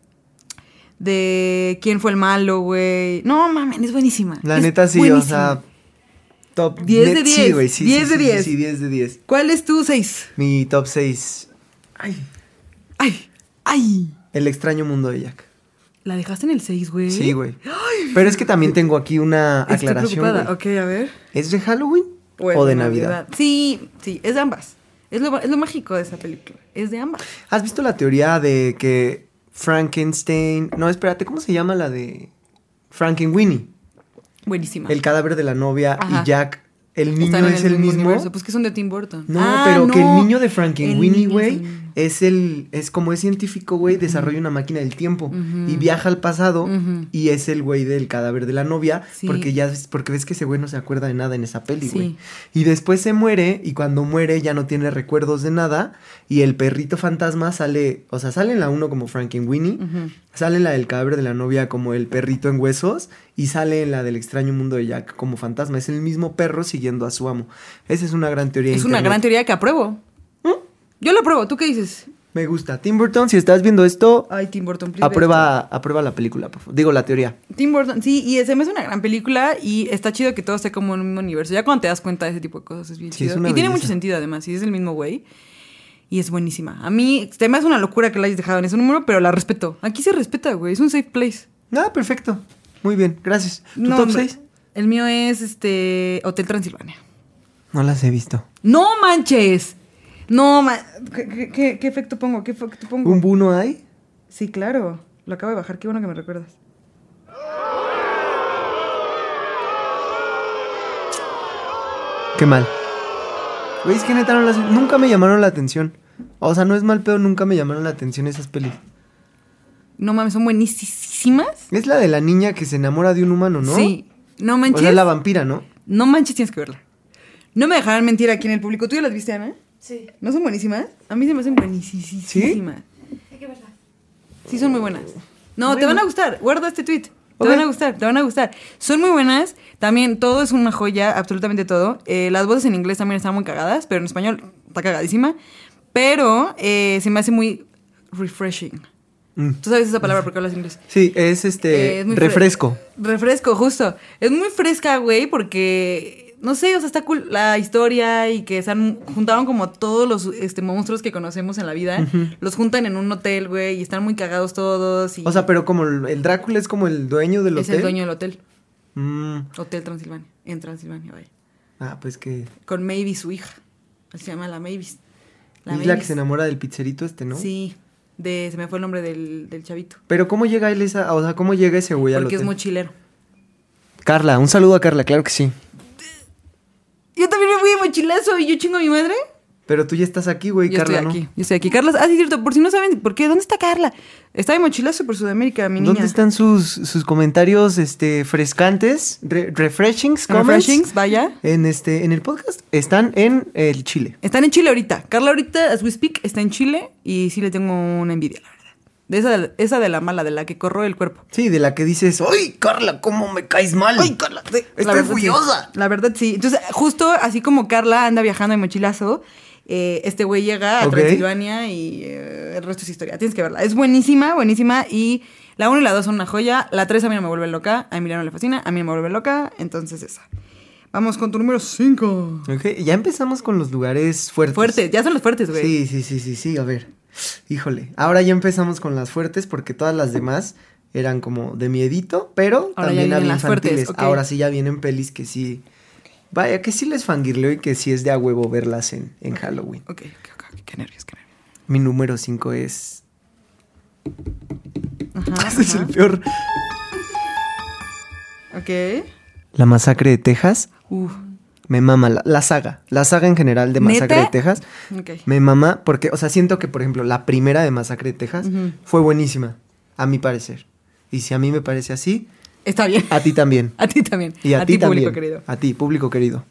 De quién fue el malo, güey. No, mamen, es buenísima. La Es neta sí, buenísima. o sea, top 10 de net- 10, Sí, güey, sí, 10 sí, de sí, 10. Sí, 10 de 10. ¿Cuál es tu 6? Mi top 6. Ay, ¡Ay! ¡Ay! El extraño mundo de Jack. La dejaste en el 6, güey. Sí, güey. Pero es que también tengo aquí una Estoy aclaración. preocupada. güey. Ok, a ver. ¿Es de Halloween o, Bueno, de Navidad? Sí, sí, es de ambas. Es lo, es lo mágico de esa película. Es de ambas. ¿Has visto la teoría de que Frankenstein... No, espérate, ¿cómo se llama la de Frankenweenie? Buenísima. El cadáver de la novia Ajá. y Jack, el niño Están en es el mismo mismo. universo. Pues que son de Tim Burton. No, Ah, pero que el no. niño de El Frankenweenie, niño es güey, el mismo. es el es como es científico, güey, desarrolla una máquina del tiempo Ujú. y viaja al pasado Ujú. y es el güey del cadáver de la novia, Sí. porque ya ves- porque ves que ese güey no se acuerda de nada en esa peli, Sí. güey. Y después se muere y cuando muere ya no tiene recuerdos de nada y el perrito fantasma sale, o sea, sale en la 1 como Frankenweenie, Ujú. sale en la del cadáver de la novia como el perrito en huesos y sale en la del extraño mundo de Jack como fantasma, es el mismo perro siguiendo a su amo. Esa es una gran teoría. de Es una internet. ¿Mm? gran teoría que apruebo. Yo la apruebo. ¿Tú qué dices? Me gusta. Tim Burton, si estás viendo esto, Ay, Tim Burton, please. aprueba, aprueba la película, por favor. Digo, la teoría. Tim Burton, sí, y se me hace una gran película y está chido que todo esté como en un mismo universo. Ya cuando te das cuenta de ese tipo de cosas es bien Sí, es chido. y una tiene mucho belleza. sentido además, y es el mismo güey. Y es buenísima. A mí, se me hace una locura que la hayas dejado en ese número, pero la respeto. Aquí se respeta, güey. Es un safe place. Ah, perfecto. Muy bien, gracias. ¿Tu top hombre. 6? El mío es este Hotel Transilvania. No las he visto. ¡No manches! No, ma- ¿Qué- qué, qué- qué efecto pongo? ¿Qué efecto pongo? ¿Un buno hay? Sí, claro. Lo acabo de bajar. Qué bueno que me recuerdas. Qué mal. Güey, es que neta no las- Nunca me llamaron la atención. O sea, no es mal pedo, nunca me llamaron la atención esas pelis. No mames, son buenísimas. Es la de la niña que se enamora de un humano, ¿no? Sí. No O manches. sea, la vampira, ¿no? No manches, tienes que verla. No me dejarán mentir aquí en el público. ¿Tú ya las viste, Ana? Sí, ¿No son buenísimas? A mí se me hacen buenísimas. hay que verla. Sí, son muy buenas. No, te van a gustar. Guarda este tweet. Te Ok. van a gustar, te van a gustar. Son muy buenas. También todo es una joya, absolutamente todo. Eh, las voces en inglés también están muy cagadas, pero en español está cagadísima. Pero eh, se me hace muy refreshing. Mm. Tú sabes esa palabra porque hablas inglés. Sí, es este. Eh, es muy fre- refresco. refresco, justo. Es muy fresca, güey, porque no sé, o sea, está cool la historia y que se han juntaron como todos los este monstruos que conocemos en la vida, los juntan en un hotel, güey, y están muy cagados todos y O sea, pero como el, el Drácula es como el dueño del es hotel. el dueño del hotel, Mm. Hotel Transilvania, en Transilvania, vaya. Ah, pues que. Con Mavis su hija. Así se llama la Mavis. es la que se enamora del pizzerito este, ¿no? Sí. de se me fue el nombre del, del chavito. Pero ¿cómo llega él esa, o sea, cómo llega ese güey al porque es hotel? mochilero. Carla, un saludo a Carla, claro que sí. Yo también me fui de mochilazo y yo chingo a mi madre. Pero tú ya estás aquí, güey, Yo Carla, estoy ¿no? aquí, yo estoy aquí. Carla, ah, sí, cierto, por si no saben, ¿por qué? ¿Dónde está Carla? Está de mochilazo por Sudamérica, mi niña. ¿Dónde están sus, sus comentarios este, frescantes, re- refreshings, comments? Refreshings, vaya. En, este, en el podcast están en el Chile. Están en Chile ahorita. Carla ahorita, as we speak, está en Chile y sí le tengo una envidia, la verdad. De esa, esa de la mala, de la que corro el cuerpo. Sí, de la que dices, ¡Ay, Carla, cómo me caes mal! ¡Ay, Carla, Sí, la estoy verdad, sí. furiosa! La verdad, sí. Entonces, justo así como Carla anda viajando de mochilazo, eh, este güey llega a Ok. Transilvania y eh, el resto es historia. Tienes que verla. Es buenísima, buenísima. Y la 1 y la 2 son una joya. La 3 a mí no me vuelve loca. A Emiliano le fascina. A mí no me vuelve loca. Entonces, esa. Vamos con tu número 5. Ok, ya empezamos con los lugares fuertes. Fuertes. Ya son los fuertes, güey. Sí, sí, sí, sí, sí, a ver. Híjole, ahora ya empezamos con las fuertes porque todas las demás eran como de miedito, pero Ahora ya también vienen había las fuertes, infantiles. ok. Ahora sí ya vienen pelis que sí. Vaya, que sí les fangirleo y que sí es de a huevo verlas en, en Halloween. Ok, ok, ok. Qué nervios, qué nervios. Mi número 5 es. (laughs) Ajá, Ese es el ajá. peor. Ok. La masacre de Texas. Uf. Me mama la, la saga. La saga en general de Masacre ¿Neta? de Texas. Ok. Me mama porque, o sea, siento que, por ejemplo, la primera de Masacre de Texas Ujú. fue buenísima, a mi parecer. Y si a mí me parece así, Está bien. a ti también. (laughs) A ti también. Y a, ti, también. público querido. A ti, público querido.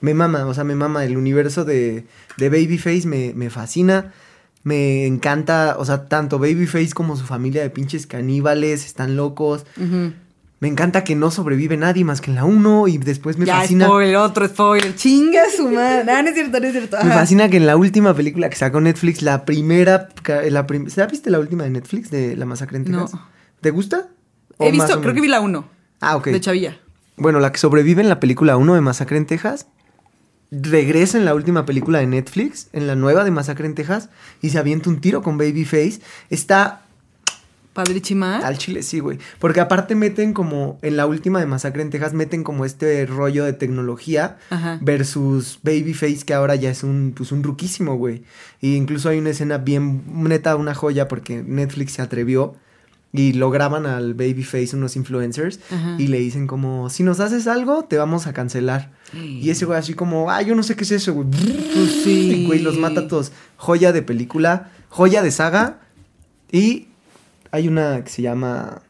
Me mama, o sea, me mama. El universo de, de Babyface me, me fascina. Me encanta, o sea, tanto Babyface como su familia de pinches caníbales, están locos. Ujú. Me encanta que no sobrevive nadie más que en la 1 y después me ya, fascina. spoiler, otro spoiler. Chinga su madre. Ah, No, no es cierto, no es cierto. Me Ajá. fascina que en la última película que sacó Netflix, la primera. ca- La prim- ¿Ya viste la última de Netflix de La Masacre en No. Texas? ¿Te gusta? ¿O He más o visto, creo que menos? vi la 1 Ah, ok. de Chavilla. Bueno, la que sobrevive en la película 1 de Masacre en Texas. Regresa en la última película de Netflix, en la nueva de Masacre en Texas, y se avienta un tiro con Babyface. Está Padre Chimá. al chile, sí, güey. Porque aparte meten como, en la última de Masacre en Texas, meten como este rollo de tecnología Ajá. versus Babyface, que ahora ya es un, pues un ruquísimo, güey. Y incluso hay una escena bien, neta, una joya, porque Netflix se atrevió y lo graban al Babyface unos influencers Ajá. y le dicen como, si nos haces algo, te vamos a cancelar. Y ese güey así como, ah, yo no sé qué es eso, güey. Pues sí. Y güey, los mata a todos. Joya de película, joya de saga. Y hay una que se llama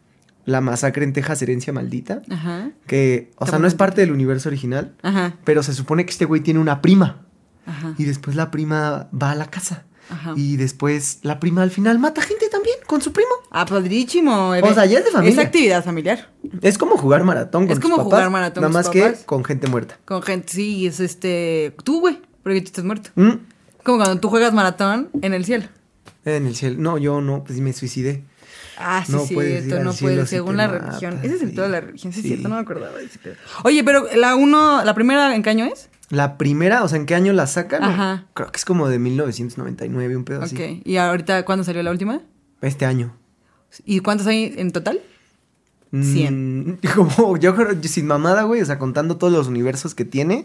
La Masacre en Texas, Herencia Maldita. Ajá. Que, o sea, no es parte del universo original, Ajá. pero se supone que este güey tiene una prima. Ajá. Y después la prima va a la casa. Ah. Ajá. Y después la prima al final mata gente también con su primo. Ah, padrísimo. bebé. O sea, ya es de familia. Es actividad familiar. Es como jugar maratón con Es tus como papás, jugar maratón Nada con más tus que papás. con gente muerta. Con gente, sí, es este. Tú, güey, porque tú estás muerto. Mm, Como cuando tú juegas maratón en el cielo. En el cielo. No, yo no, pues me suicidé. Ah, sí, No es puedes ir cierto, al no cielo puedes, si según te la matan, religión. Ese es el sí. todo de la religión, sí, es Sí. cierto, no me acordaba de ese pedo. Oye, pero la uno, la primera en caño es? La primera, o sea, ¿en qué año la sacan? Ajá. Creo que es como de 1999, un pedo así. Ok. ¿Y ahorita cuándo salió la última? Este año. ¿Y cuántos hay en total? Mm, Cien. (laughs) como yo creo, yo sin mamada, güey, o sea, contando todos los universos que tiene,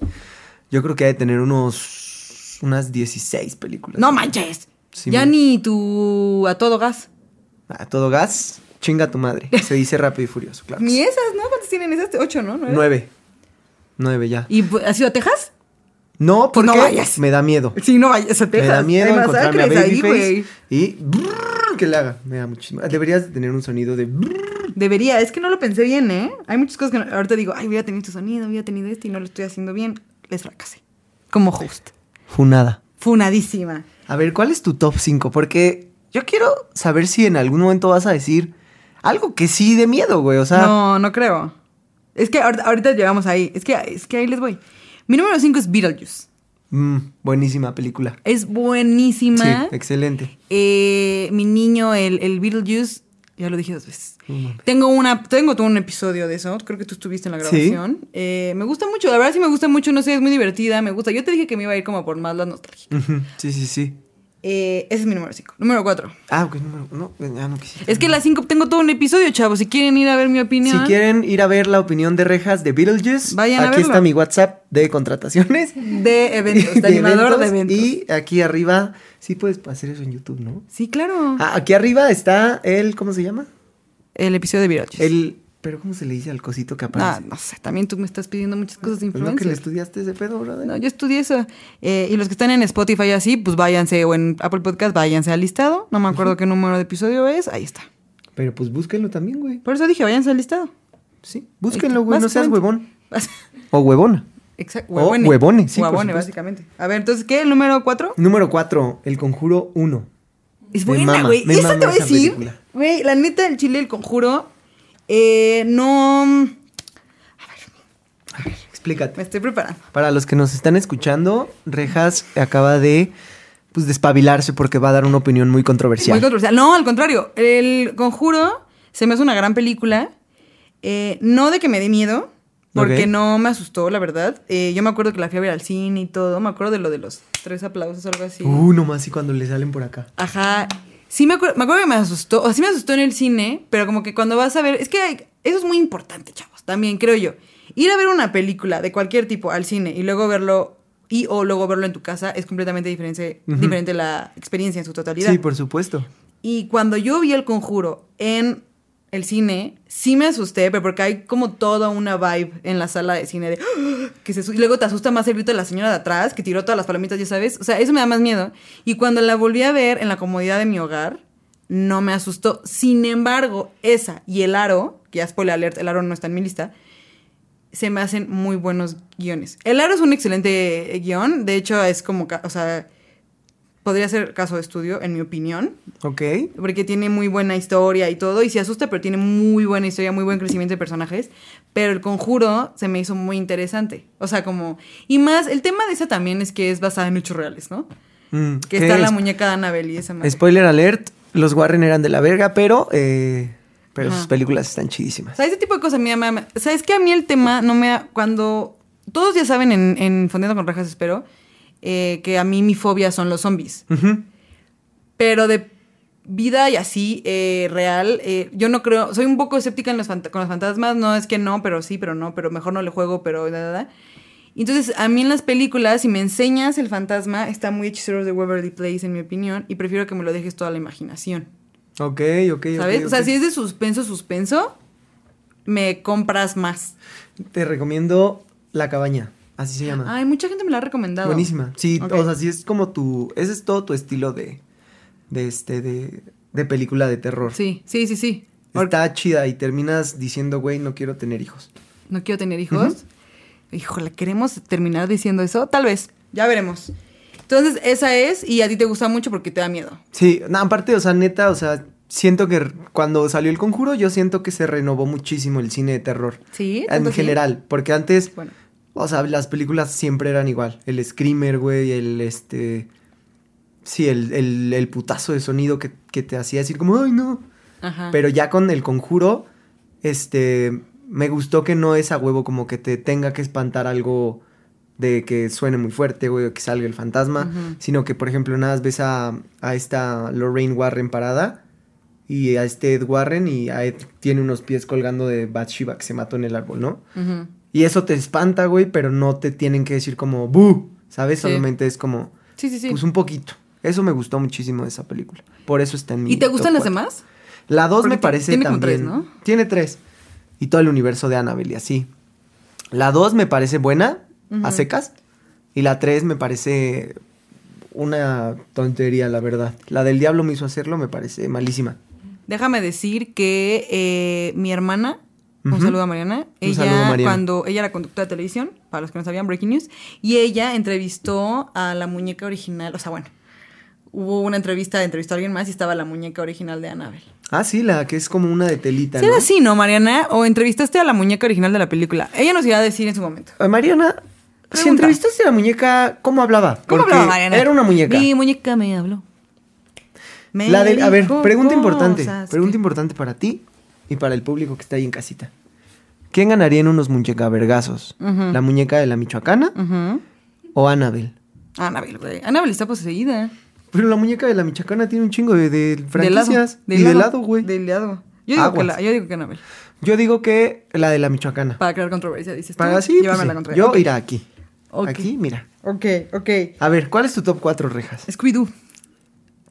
yo creo que ha de tener unos. unas 16 películas. No manches. Sí, ya man. ni tu a todo gas. A todo gas, chinga tu madre. Se dice rápido y furioso, claro. Ni esas, ¿no? ¿Cuántas tienen esas? Ocho, ¿no? ¿Nueve? Nueve. Nueve ya. ¿Y pu- has ido a Texas? No, porque Pues no vayas. me da miedo. Sí, no vayas a Me Texas. da miedo Hay encontrarme a masacres ahí, Babyface güey. y brrr, que le haga. Me da muchísimo. Deberías de tener un sonido de brrr. Debería, es que no lo pensé bien, ¿eh? Hay muchas cosas que no- ahorita digo, ay, hubiera tenido este sonido, hubiera tenido este y no lo estoy haciendo bien. Les fracasé. Como host. funada. Funadísima. A ver, ¿cuál es tu top 5? Porque yo quiero saber si en algún momento vas a decir algo que sí de miedo, güey. O sea, no, no creo. Es que ahorita, ahorita llegamos ahí. Es que, es que ahí les voy. Mi número cinco es Beetlejuice. mm, buenísima película. Es buenísima. Sí, excelente. Eh, mi niño, el, el Beetlejuice, ya lo dije dos veces. No mames. Tengo una, tengo todo un episodio de eso, creo que tú estuviste en la Sí. grabación. Eh, me gusta mucho, la verdad sí me gusta mucho, no sé, es muy divertida, me gusta. Yo te dije que me iba a ir como por más las nostálgicas. Ujú, Sí, sí, sí. Eh, ese es mi número 5. Número 4. Ah, ok, número. No, ah, no quisiera. Es que la 5 tengo todo un episodio, chavos. Si quieren ir a ver mi opinión. Si quieren ir a ver la opinión de rejas de Beetlejuice, Vayan a aquí verlo. está mi WhatsApp de contrataciones. (laughs) De eventos, (laughs) de, animador de eventos. Y aquí arriba, sí puedes hacer eso en YouTube, ¿no? Sí, claro. Ah, aquí arriba está el, ¿cómo se llama? El episodio de Beetlejuice. El, pero ¿cómo se le dice al cosito que Ah, aparece? no sé, también tú me estás pidiendo muchas cosas de ¿Es lo Pues que le influencer. estudiaste ese pedo, brother? Ah, No, yo estudié eso. Eh, y los que están en Spotify y así, pues váyanse, o en Apple Podcast, váyanse al listado. No me acuerdo qué número de episodio es, ahí está. Pero pues búsquenlo también, güey. Por eso dije, váyanse al (laughs) listado. Sí, búsquenlo, güey, no seas Básicamente. huevón. O huevona. Exacto. O Oh, Huevones. huevones, sí, por Huevones, supuesto. básicamente. A ver, entonces, ¿qué? ¿El número 4? Número 4, El Conjuro 1. Es Me buena, mama, güey. me Esa mama te voy a esa decir. película. Güey, la neta del chile, el conjuro. eh, no. Me Explícate. estoy preparando. Para los que nos están escuchando, Rejas acaba de pues despabilarse porque va a dar una opinión muy controversial. Muy controversial. No, al contrario. El conjuro se me hace una gran película. Eh, no de que me dé miedo, porque Ok. no me asustó, la verdad. Eh, yo me acuerdo que la fui a ver al cine y todo. Me acuerdo de lo de los tres aplausos o algo así. Uh, nomás y cuando le salen por acá. Ajá. Sí me acuerdo, me acuerdo que me asustó, o sí me asustó en el cine, pero como que cuando vas a ver, es que hay- eso es muy importante, chavos, también creo yo. Ir a ver una película de cualquier tipo al cine y luego verlo y o luego verlo en tu casa es completamente diferente, Ujú. diferente la experiencia en su totalidad. Sí, por supuesto. Y cuando yo vi El Conjuro en el cine, sí me asusté, pero porque hay como toda una vibe en la sala de cine de (gasps) ¡Ah! que se asu- y luego te asusta más el grito de la señora de atrás que tiró todas las palomitas, ya sabes. O sea, eso me da más miedo. Y cuando la volví a ver en la comodidad de mi hogar, no me asustó. Sin embargo, esa y el aro, que ya spoiler alert, el aro no está en mi lista, se me hacen muy buenos guiones. El aro es un excelente eh, guión. De hecho, es como, ca- o sea, podría ser caso de estudio, en mi opinión Ok. porque tiene muy buena historia y todo, y se asusta, pero tiene muy buena historia, muy buen crecimiento de personajes, pero el conjuro se me hizo muy interesante, o sea, como, y más, el tema de esa también es que es basada en hechos reales, ¿no? Mm, Que ¿qué está la es? muñeca de Annabelle y esa madre. Spoiler alert, los Warren eran de la verga, pero, eh, pero sus Ajá. películas están chidísimas. O sea, ese tipo de cosas a mí me... me- ¿Sabes que A mí el tema no me... ha- Cuando... Todos ya saben en, en Fondeando con Rejas, espero, eh, que a mí mi fobia son los zombies. Ujú. Pero de vida y así, eh, real, eh, yo no creo, soy un poco escéptica en los fant- con los fantasmas, no es que no, pero sí, pero no, pero mejor no le juego, pero da, da, da. Entonces, a mí en las películas, si me enseñas el fantasma, está muy hechiceros de Waverly Place, en mi opinión, y prefiero que me lo dejes toda la imaginación, Ok, ok, ok, ¿sabes? O sea, ok. si es de suspenso, suspenso, me compras más. Te recomiendo La Cabaña, así se llama. Ay, mucha gente me la ha recomendado. Ah. Buenísima. Sí, Ah, Ok. o sea, sí es como tu. Ese es todo tu estilo de. De este. De, de película de terror. Sí, sí, sí, sí. Porque Está chida y terminas diciendo, güey, no quiero tener hijos. no quiero tener hijos. Híjole, ¿queremos terminar diciendo eso? Tal vez, ya veremos. Entonces, esa es, y a ti te gusta mucho porque te da miedo. Sí, no, aparte, o sea, neta, o sea, siento que r- cuando salió El Conjuro, yo siento que se renovó muchísimo el cine de terror. Sí, ¿tanto En sí? general, porque antes, Bueno, o sea, las películas siempre eran igual. El screamer, güey, el este. Sí, el, el- el putazo de sonido que, que te hacía decir como, ay, no. ajá. Pero ya con el conjuro, este, me gustó que no es a huevo como que te tenga que espantar algo de que suene muy fuerte, güey, o que salga el fantasma, Ujú. sino que, por ejemplo, nada más ves a, a esta Lorraine Warren parada y a este Ed Warren y a Ed tiene unos pies colgando de Bathsheba que se mató en el árbol, ¿no? Ujú. Y eso te espanta, güey, pero no te tienen que decir como, ¡bu! ¿Sabes? Sí. Solamente es como, Sí, sí, sí. pues un poquito. Eso me gustó muchísimo de esa película. Por eso está en mi ¿Y te top gustan las cuatro. demás? La 2 Porque me ti- parece tiene como también. tres, ¿no? Tiene tres. Y todo el universo de Annabelle y así. La 2 me parece buena, a secas. Y la 3 me parece una tontería, la verdad. La del diablo me hizo hacerlo, me parece malísima. Déjame decir que eh, mi hermana, un Ujú. saludo a Mariana, ella saludo, Mariana. cuando ella era conductora de televisión, para los que no sabían, Breaking News, y ella entrevistó a la muñeca original, o sea, bueno, hubo una entrevista, entrevistó a alguien más y estaba la muñeca original de Annabelle. Ah, sí, la que es como una de telita, Si ¿no? era así, ¿no, Mariana? ¿O entrevistaste a la muñeca original de la película? Ella nos iba a decir en su momento. Eh, Mariana, si Pregunta. entrevistaste a la muñeca, ¿cómo hablaba? ¿Cómo Porque hablaba Mariana? Era una muñeca. Mi muñeca me habló. Me La del- a ver, dijo pregunta importante. cosas Pregunta que- importante para ti y para el público que está ahí en casita. ¿Quién ganaría en unos muñecavergazos? Ujú. ¿La muñeca de la michoacana Ujú. o Annabel? Anabel, güey. Anabel está poseída. ¿eh? Pero la muñeca de la michacana tiene un chingo de, de franquicias. de y de helado, helado, güey. De helado. Yo digo, que Aguas. la, yo digo que Anabel. Yo digo que la de la michoacana. Para crear controversia, dices. tú, Para sí, pues, llévame a la sí. contraria. Yo Ok. irá aquí. Ok. Aquí, mira. Ok, ok. A ver, ¿cuál es tu top 4 rejas? Scooby-Doo.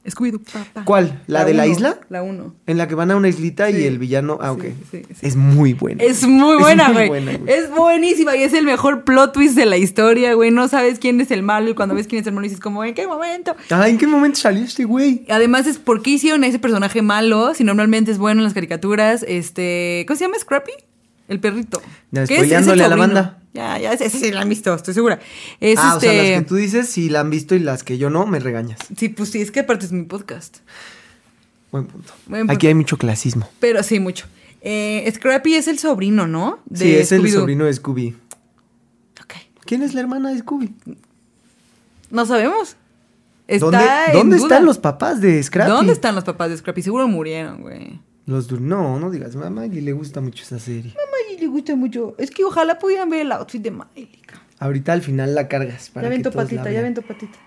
Scooby-Doo, papá. ¿Cuál? ¿La de la uno, isla? La 1. En la que van a una islita Sí. y el villano. Ah, ok. Sí, sí, sí. Es muy buena. Es muy buena, güey. buena, güey. Es buenísima y es el mejor plot twist de la historia, güey. No sabes quién es el malo y cuando ves quién es el malo dices como, ¿en qué momento? Ah, ¿en qué momento salió este güey? Además es por qué hicieron a ese personaje malo si normalmente es bueno en las caricaturas. Este, ¿cómo se llama Scrappy? El perrito. Ya, Que es- es el spoileándole a la sobrino. banda. Ya, ya, ese sí la han visto, estoy segura. Es ah, este. o sea, las que tú dices, si la han visto y las que yo no, me regañas. Sí, pues sí, es que aparte es mi podcast. Buen punto. Buen punto. Aquí hay mucho clasismo. Pero sí, mucho. Eh, Scrappy es el sobrino, ¿no? De sí, es el Scooby-Doo. sobrino de Scooby. Ok. ¿Quién es la hermana de Scooby? No sabemos. Está ¿Dónde, en dónde duda. están los papás de Scrappy? ¿Dónde están los papás de Scrappy? Seguro murieron, güey. Los du- No, no digas, mamá, y le gusta mucho esa serie. Miley le gusta mucho. Es que ojalá pudieran ver el outfit de Miley. ca- Ahorita al final la cargas. Para Ya que aventó todos la patita, ya vean. aventó patita.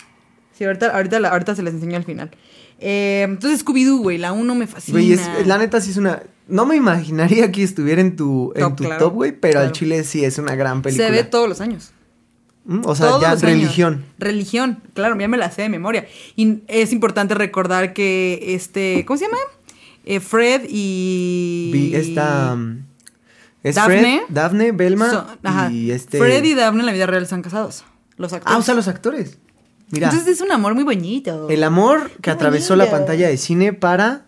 Sí, ahorita, ahorita, la- ahorita se les enseñó al final. Eh, entonces, Scooby-Doo, güey, la 1 me fascina. Güey, es- la neta sí es una. No me imaginaría que estuviera en tu, en Top, tu claro. top, güey, pero Claro. al chile sí es una gran película. Se ve todos los años. Mm, O sea, Todos ya los años. religión. Religión, claro, ya me la sé de memoria. Y es importante recordar que este, ¿cómo se llama? Eh, Fred y Vi esta. mm, Es Daphne. Fred, Daphne, Belma son- ajá. y este. Fred y Daphne en la vida real están casados. Los actores. Ah, o sea, los actores. Mira, Entonces es un amor muy bonito. el amor que Qué atravesó bonito. la pantalla de cine para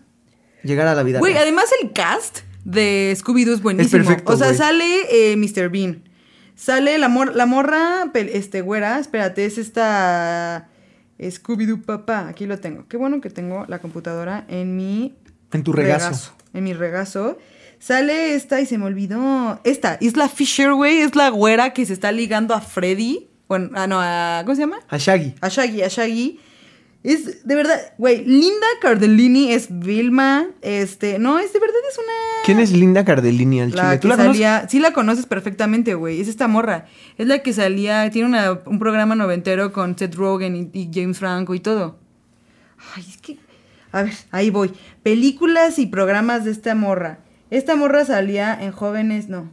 llegar a la vida. Güey, real. además el cast de Scooby-Doo es buenísimo. Es perfecto, o sea, güey. sale eh, Mr. Bean. Sale la, mor- la morra, pel- este, güera, espérate, es esta Scooby-Doo papá. Aquí lo tengo. Qué bueno que tengo la computadora en mi... En tu regazo. En mi regazo. Sale esta y se me olvidó. Esta, Isla Fisher, güey, es la güera que se está ligando a Freddy. Bueno, ah, no, a... ¿Cómo se llama? A Shaggy. A Shaggy, a Shaggy. Es de verdad, güey, Linda Cardellini es Vilma, este, no, es de verdad es una ¿Quién es Linda Cardellini al la chile? que ¿Tú la conoces? salía, sí la conoces perfectamente, güey, es esta morra. Es la que salía, tiene una- un programa noventero con Seth Rogen y, y James Franco y todo. Ay, es que a ver, ahí voy. Películas y programas de esta morra. Esta morra salía en Jóvenes, no.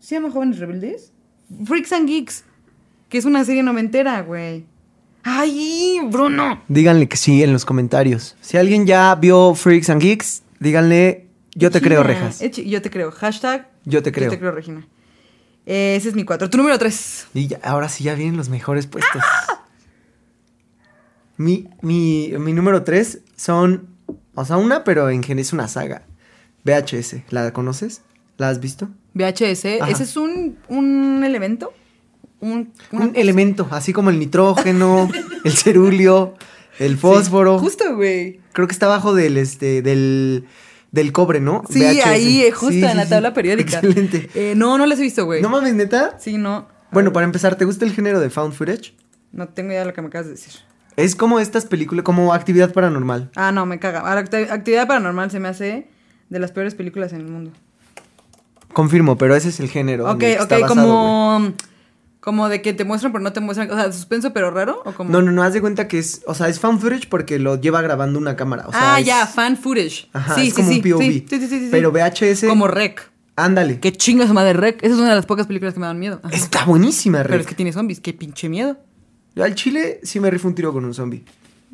¿Se llama Jóvenes Rebeldes? Freaks and Geeks, que es una serie noventera, güey. Ay, Bruno. Díganle que sí en los comentarios. Si alguien ya vio Freaks and Geeks, díganle, yo te Regina, creo, rejas. es chi- Yo te creo. Hashtag. Yo te creo. Yo te creo, Regina. Eh, Ese es mi cuatro. Tu número tres. Y ya- ahora sí ya vienen los mejores puestos. Mi, mi, mi número 3 son, o sea, una, pero en general es una saga. VHS, ¿la conoces? ¿La has visto? VHS. Ajá. ¿Ese es un, un elemento? Un, una- Un elemento, así como el nitrógeno, el cerulio, el fósforo. Justo, güey. Creo que está abajo del este del del cobre, ¿no? Sí, VHS. ahí, eh, justo Sí, en sí, la sí. tabla periódica. Excelente. Eh, no, no las he visto, güey. No mames, neta. Sí, no. Bueno, para empezar, ¿te gusta el género de found footage? No tengo idea de lo que me acabas de decir. Es como estas películas, como actividad paranormal. Ah, no, me caga. Ahora, acti- Actividad paranormal se me hace de las peores películas en el mundo. Confirmo, pero ese es el género. en Ok, el que ok, está basado, güey. como. Como de que te muestran, pero no te muestran. O sea, suspenso, pero raro. ¿o como? No, no, no, haz de cuenta que es, o sea, es found footage porque lo lleva grabando una cámara. o sea, ah, es- ya, fan footage. Ajá, sí, es como sí, un POV. Sí, sí, sí, sí, sí. Pero VHS. Como Rec. Ándale. Que chinga su madre Rec. Esa es una de las pocas películas que me dan miedo. Ajá. Está buenísima, Pero es Rick. que tiene zombies. Qué pinche miedo. Yo al chile sí me rifo un tiro con un zombie.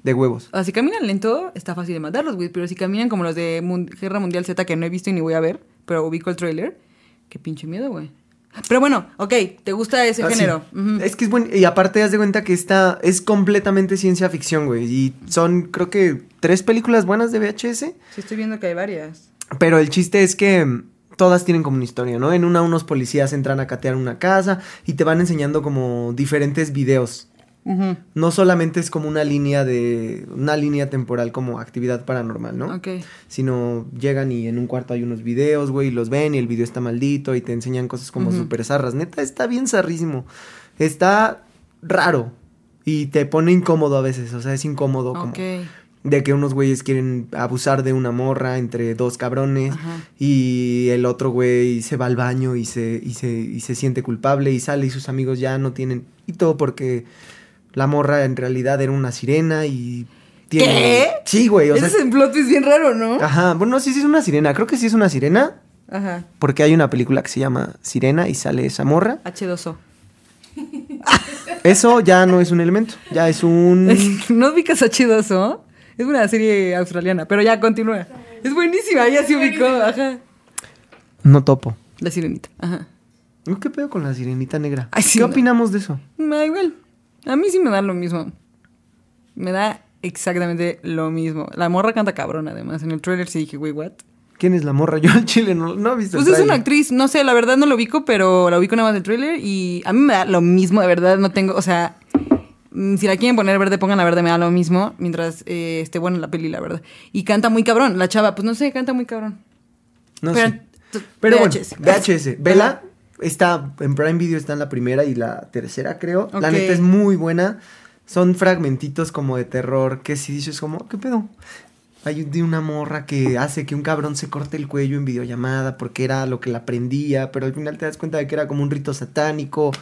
De huevos. O sea, si caminan lento, está fácil de matarlos, güey. Pero si caminan como los de Mun- Guerra Mundial Z, que no he visto y ni voy a ver, pero ubico el trailer, qué pinche miedo, güey. Pero bueno, ok, ¿te gusta ese Ah, sí. género? Ujú. Es que es bueno. Y aparte, haz de cuenta que esta es completamente ciencia ficción, güey. Y son, creo que, tres películas buenas de VHS. Sí, estoy viendo que hay varias. Pero el chiste es que mm, todas tienen como una historia, ¿no? En una unos policías entran a catear una casa y te van enseñando como diferentes videos. Ujú. No solamente es como una línea de una línea temporal como actividad paranormal, ¿no? Ok. Sino llegan y en un cuarto hay unos videos, güey, y los ven y el video está maldito y te enseñan cosas como Ujú. super zarras. Neta, está bien zarrísimo. Está raro y te pone incómodo a veces, o sea, es incómodo como Ok. de que unos güeyes quieren abusar de una morra entre dos cabrones Ajá. y el otro güey se va al baño y se, y se, y se siente culpable y sale y sus amigos ya no tienen... Y todo porque la morra en realidad era una sirena y tiene- ¿Qué? Sí, güey, o Ese sea. Ah. es el plot twist bien raro, ¿no? Ajá, bueno, sí, sí es una sirena. Creo que sí es una sirena Ajá. porque hay una película que se llama Sirena y sale esa morra. H2O. Eso ya no es un elemento, ya (laughs) es Mm. un... ¿No ubicas a H2O? Es una serie australiana, pero ya continúa. Es buenísima, ella se ubicó, ajá. No topo. La sirenita, ajá. Uh, ¿Qué pedo con la sirenita negra? Ay, sí, ¿Qué no. opinamos de eso? Me da igual. A mí sí me da lo mismo. Me da exactamente lo mismo. La morra canta cabrón, además. En el trailer sí dije, güey, what? ¿Quién es la morra? (laughs) Yo al chile no, no he visto el Pues es una tráiler. actriz, no sé, la verdad no lo ubico, pero la ubico nada más del trailer y a mí me da lo mismo, de verdad, no tengo, o sea, mm, si la quieren poner verde, pongan la verde, me da lo mismo, mientras eh, esté buena la peli, la verdad. Y canta muy cabrón, la chava, pues no sé, canta muy cabrón. No Pero- sé. t- Pero VHS. bueno, VHS. Vela está en Prime Video, está en la primera y la tercera, creo. La Ok. neta es muy buena. Son fragmentitos como de terror que si dices como, ¿qué pedo? Hay de una morra que hace que un cabrón se corte el cuello en videollamada porque era lo que la prendía, pero al final te das cuenta de que era como un rito satánico.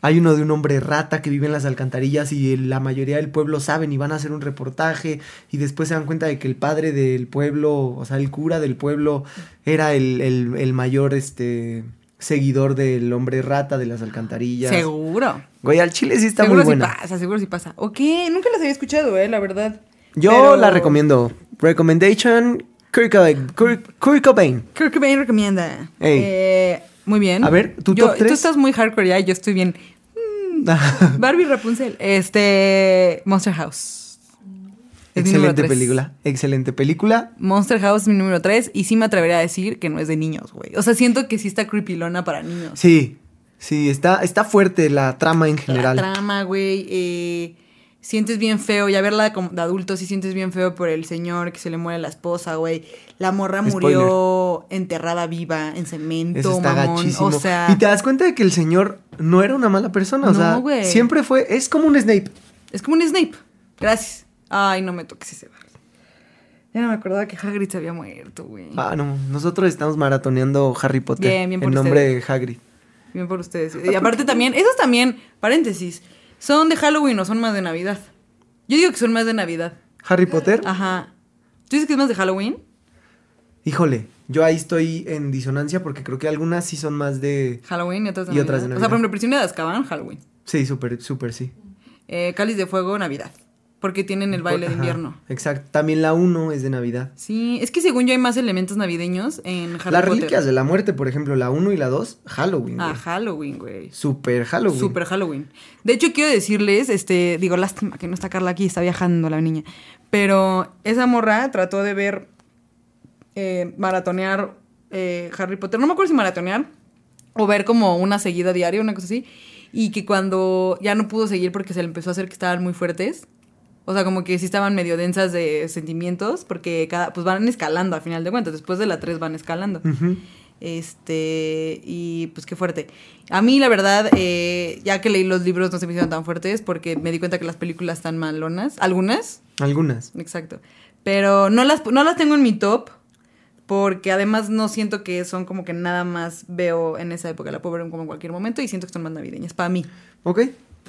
Hay uno de un hombre rata que vive en las alcantarillas y el- la mayoría del pueblo saben y van a hacer un reportaje y después se dan cuenta de que el padre del pueblo, o sea, el cura del pueblo era el, el- el mayor este seguidor del hombre rata de las alcantarillas. Seguro. Güey, al chile sí está seguro muy si buena. pasa, seguro si pasa. Ok, nunca las había escuchado, eh, la verdad. Yo Pero- la recomiendo. Recommendation Kurt Cobain. Kurt- Kurt Cobain. (laughs) Creo que me recomienda. Ey. Eh, muy bien. A ver, ¿tu Yo- top tres? Tú estás muy hardcore ya, yo estoy bien. Barbie Rapunzel. Este. Monster House. Es mi número Excelente tres. película. Excelente película. Monster House es mi número 3 y sí me atrevería a decir que no es de niños, güey. O sea, siento que sí está creepilona para niños. Sí, sí, está, está fuerte la trama en general. La trama, güey. eh, sientes bien feo. Ya verla como de adulto sí sientes bien feo por el señor que se le muere la esposa, güey. La morra murió enterrada viva en cemento, Eso está mamón. gachísimo. O sea. y te das cuenta de que el señor no era una mala persona. o No, sea, güey. siempre fue. Es como un Snape. Es como un Snape. Gracias. Ay, no me toques ese bar. Ya no me acordaba que Hagrid se había muerto, güey. Ah, no. Nosotros estamos maratoneando Harry Potter. Bien, bien por En nombre de Hagrid. Bien por ustedes. Y aparte también, esos también, paréntesis, son de Halloween o son más de Navidad. Yo digo que son más de Navidad. Harry Potter. Ajá. ¿Tú dices que es más de Halloween? Híjole, yo ahí estoy en disonancia porque creo que algunas sí son más de. Halloween y otras de Y Navidad. otras de O sea, Navidad. por ejemplo, Prisionera de Azkaban, Halloween. Sí, súper, súper, sí. Eh, Cáliz de Fuego, Navidad. Porque tienen el baile de Ajá, invierno. Exacto. También la 1 es de Navidad. Sí, es que según yo hay más elementos navideños en Harry Las Potter. reliquias de la muerte, por ejemplo, la 1 y la 2, Halloween. Ah, güey. Halloween, güey. Súper Halloween. Super Halloween. De hecho, quiero decirles, este, digo, lástima que no está Carla aquí, está viajando la niña. Pero esa morra trató de ver, eh, maratonear eh, Harry Potter. No me acuerdo si maratonear o ver como una seguida diaria, una cosa así. Y que cuando ya no pudo seguir porque se le empezó a hacer que estaban muy fuertes. O sea, como que sí estaban medio densas de sentimientos porque cada, pues van escalando a final de cuentas. Después de la 3 van escalando. Ujú. Este, y pues qué fuerte. A mí, la verdad, eh, ya que leí los libros no se me hicieron tan fuertes porque me di cuenta que las películas están malonas. Algunas, Algunas. exacto. Pero no las, no las tengo en mi top porque además no siento que son como que nada más veo en esa época. La puedo ver como en cualquier momento y siento que son más navideñas para mí. Ok.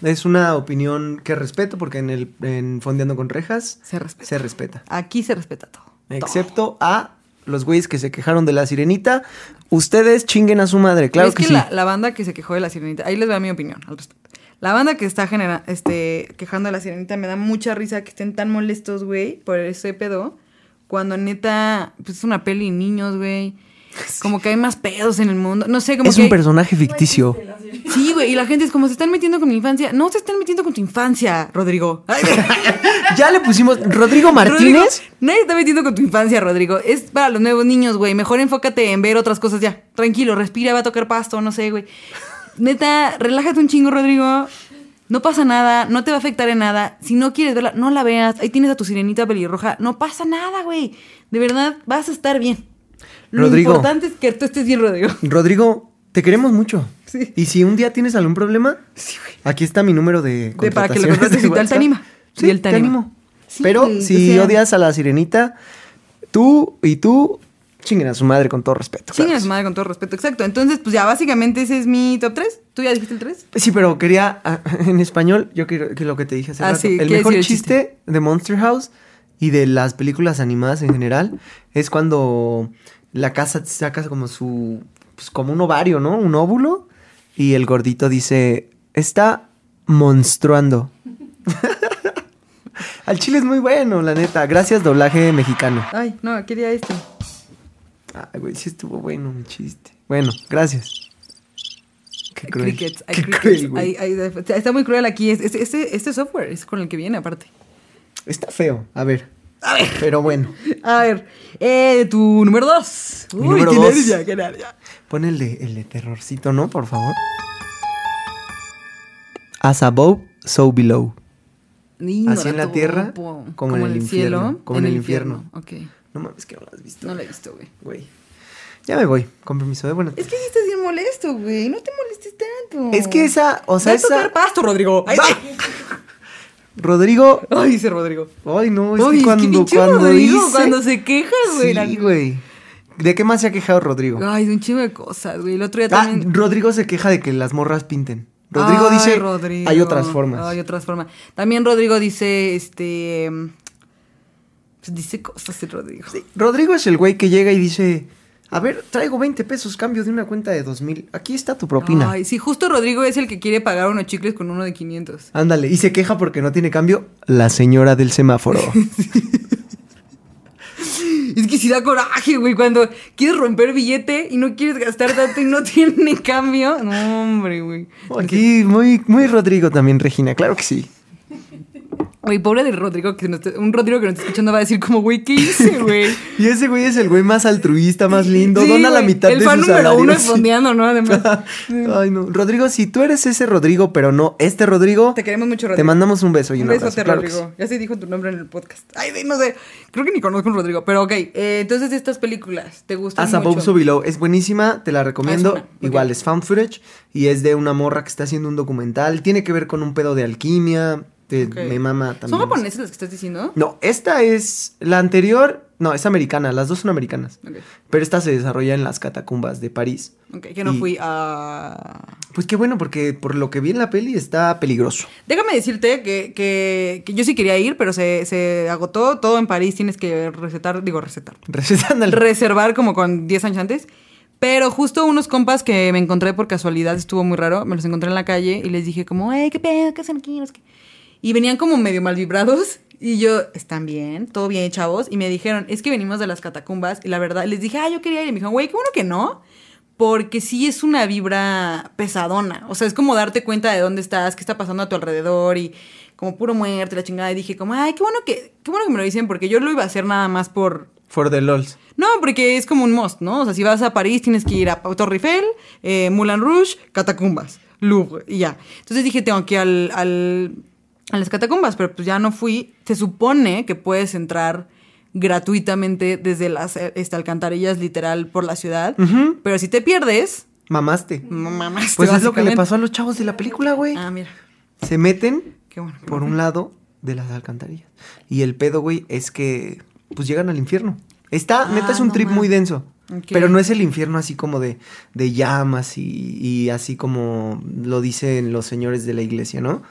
Es una opinión que respeto porque en el en Fondeando con Rejas Se respeta. se respeta. Aquí se respeta todo. Todo. Excepto a los güeyes que se quejaron de la sirenita. Ustedes chinguen a su madre, claro es que, que sí. la, la banda que se quejó de la sirenita, ahí les da mi opinión al respecto. La banda que está genera, este, quejando de la sirenita me da mucha risa que estén tan molestos, güey, por ese pedo. Cuando neta, pues es una peli de niños, (laughs) güey. Como que hay más pedos en el mundo. No sé, como Es que. un hay- personaje ficticio. Sí, güey. Y la gente es como se están metiendo con mi infancia. No se están metiendo con tu infancia, (laughs) Rodrigo. Ay, ya le pusimos Rodrigo Rodrigo, Martínez. nadie está metiendo con tu infancia, Rodrigo. Es para los nuevos niños, güey. Mejor enfócate en ver otras cosas ya. Tranquilo, respira, va a tocar pasto, no sé, güey. Neta, relájate un chingo, Rodrigo. No pasa nada, no te va a afectar en nada. Si no quieres verla, no la veas. Ahí tienes a tu sirenita pelirroja. No pasa nada, güey. De verdad, vas a estar bien. Lo Rodrigo. importante es que tú estés bien, Rodrigo. (laughs) Rodrigo, te queremos mucho. Sí. Y si un día tienes algún problema, aquí está mi número de De para que lo contrataciones contrates de y tal, te WhatsApp. anima. Sí, Y él te te anima. animo. Sí, Pero güey, si o sea- odias a la sirenita, tú y tú Chinguen a su madre con todo respeto. Chinguen a claro. su madre con todo respeto, exacto. Entonces, pues ya básicamente ese es mi top 3. ¿Tú ya dijiste el 3? Sí, pero quería, ah, (laughs) en español, yo quiero que lo que te dije hace Ah, rato, sí, el ¿quieres mejor decir el chiste, de Monster House y de las películas animadas en general es cuando la casa saca como su, pues como un ovario, ¿no? Un óvulo y el gordito dice, está monstruando. (laughs) Al chile es muy bueno, la neta. Gracias, doblaje mexicano. Ay, no, quería este. Ay, güey, sí estuvo bueno mi chiste. Bueno, gracias. Qué cruel. Crickets, hay (laughs) Qué crickets, cruel, güey. hay- hay- está muy cruel aquí. Es- es- Este, este software es con el que viene, aparte. Está feo, a ver. A ver. Pero bueno, A ver, eh, tu número 2. Mi número qué dos. nervia, qué nervia. pon el de, el de terrorcito, ¿no? Por favor. As above, so below. Niño, Así en la rato, tierra, guapo. como en el infierno, como en el infierno. Ok, No mames, que no lo has visto. no lo he visto, güey. Güey. Ya me voy, con permiso de bueno. Es que sí estás bien molesto, güey. No te molestes tanto. Es que esa, o sea, Va a tocar esa. pasto, Rodrigo. Ay, Va. Rodrigo. Ay, dice Rodrigo. Ay, no, es Ay, que cuando, pinche cuando Rodrigo, dice- cuando se queja, güey. la- Sí, güey. ¿De qué más se ha quejado Rodrigo? Ay, de un chingo de cosas, güey. El otro día Ah, también. Rodrigo se queja de que las morras pinten. Rodrigo Ay, dice, Rodrigo. hay otras formas. Hay otras formas. También Rodrigo dice, este. em, pues Dice cosas el Rodrigo. Sí, Rodrigo es el güey que llega y dice, a ver, traigo 20 pesos, cambio de una cuenta de 2000. Aquí está tu propina. Ay, sí, justo Rodrigo es el que quiere pagar unos chicles con uno de 500. Ándale, y se queja porque no tiene cambio la señora (laughs) del semáforo. Es que si da coraje, güey, cuando quieres romper billete y no quieres gastar tanto y no (laughs) tiene cambio. No, hombre, güey. Aquí muy, muy Rodrigo también, Regina, claro que sí. Güey, pobre del Rodrigo, que no está- un Rodrigo que no está escuchando va a decir como, güey, ¿qué hice, (laughs) güey? Y ese güey es el güey más altruista, más lindo, Sí, dona la güey, mitad el de su fan número salario. uno es sí. (laughs) fondeando, ¿no? Además. Ay, no. Rodrigo, si tú eres ese Rodrigo, pero no este Rodrigo, Te queremos mucho, Rodrigo. te mandamos un beso y Un un, besote, abrazo, claro que Rodrigo. Ya se dijo tu nombre en el podcast. Ay, güey, no sé. Creo que ni conozco a un Rodrigo. Pero ok, eh, entonces estas películas, ¿te gustan As Above, mucho? So Below. Es buenísima, te la recomiendo. Ah, es una, Igual ok. es fan footage y es de una morra que está haciendo un documental. Tiene que ver con un pedo de alquimia. de- Ok. Me mama también. ¿Son japoneses las que estás diciendo? No, esta es la anterior. No, es americana. Las dos son americanas. Ok, Pero esta se desarrolla en las catacumbas de París. ok, que no Y- fui a... Pues qué bueno, porque por lo que vi en la peli está peligroso. (laughs) Déjame decirte que, que- que yo sí quería ir, pero se, se agotó todo en París. Tienes que recetar, digo recetar, Recetando al- reservar como con 10 años antes. Pero justo unos compas que me encontré por casualidad, estuvo muy raro, me los encontré en la calle y les dije como, hey, qué pedo, qué hacen aquí, no sé qué. Y venían como medio mal vibrados y yo, ¿están bien? ¿Todo bien, chavos? Y me dijeron, es que venimos de las catacumbas y la verdad, les dije, ah, yo quería ir. Y me dijeron, güey, qué bueno que no, porque sí es una vibra pesadona. O sea, es como darte cuenta de dónde estás, qué está pasando a tu alrededor y como puro muerte, la chingada. Y dije como, ay, qué bueno que, qué bueno que me lo dicen porque yo lo iba a hacer nada más por For the lols. no, porque es como un must, ¿no? O sea, si vas a París tienes que ir a Torre Eiffel, eh, Moulin Rouge, Catacumbas, Louvre y ya. Entonces dije, tengo que ir al, al- a las Catacumbas, pero pues ya no fui. Se supone que puedes entrar gratuitamente desde las eh, este, alcantarillas, literal, por la ciudad. Ujú. Pero si te pierdes, Mamaste. no mamaste, Pues es lo que básicamente. le pasó a los chavos de la película, güey. Ah, mira, Se meten qué bueno. por un lado de las alcantarillas. Y el pedo, güey, es que pues llegan al infierno. Está, Ah, neta, es un no trip muy mames. denso. Ok. Pero no es el infierno así como de, de llamas y, y así como lo dicen los señores de la iglesia, ¿no?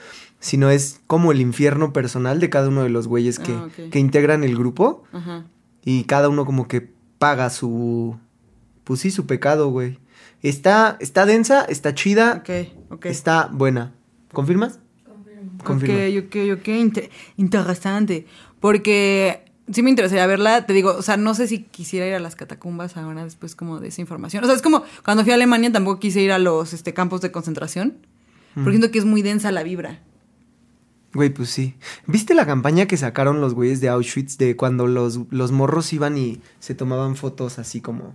Sino es como el infierno personal de cada uno de los güeyes que, Ah, ok. que integran el grupo Ajá. y cada uno como que paga su, pues sí, su pecado, güey. Está, está densa, está chida, Ok, ok. está buena. ¿Confirmas? Confirmo. Ok, ok, ok. inte- interesante. Porque sí me interesaría verla. Te digo, o sea, no sé si quisiera ir a las catacumbas ahora después como de esa información. O sea, es como cuando fui a Alemania tampoco quise ir a los este, campos de concentración. Mm. Porque siento que es muy densa la vibra. Güey, pues sí. ¿Viste la campaña que sacaron los güeyes de Auschwitz de cuando los, los morros iban y se tomaban fotos así como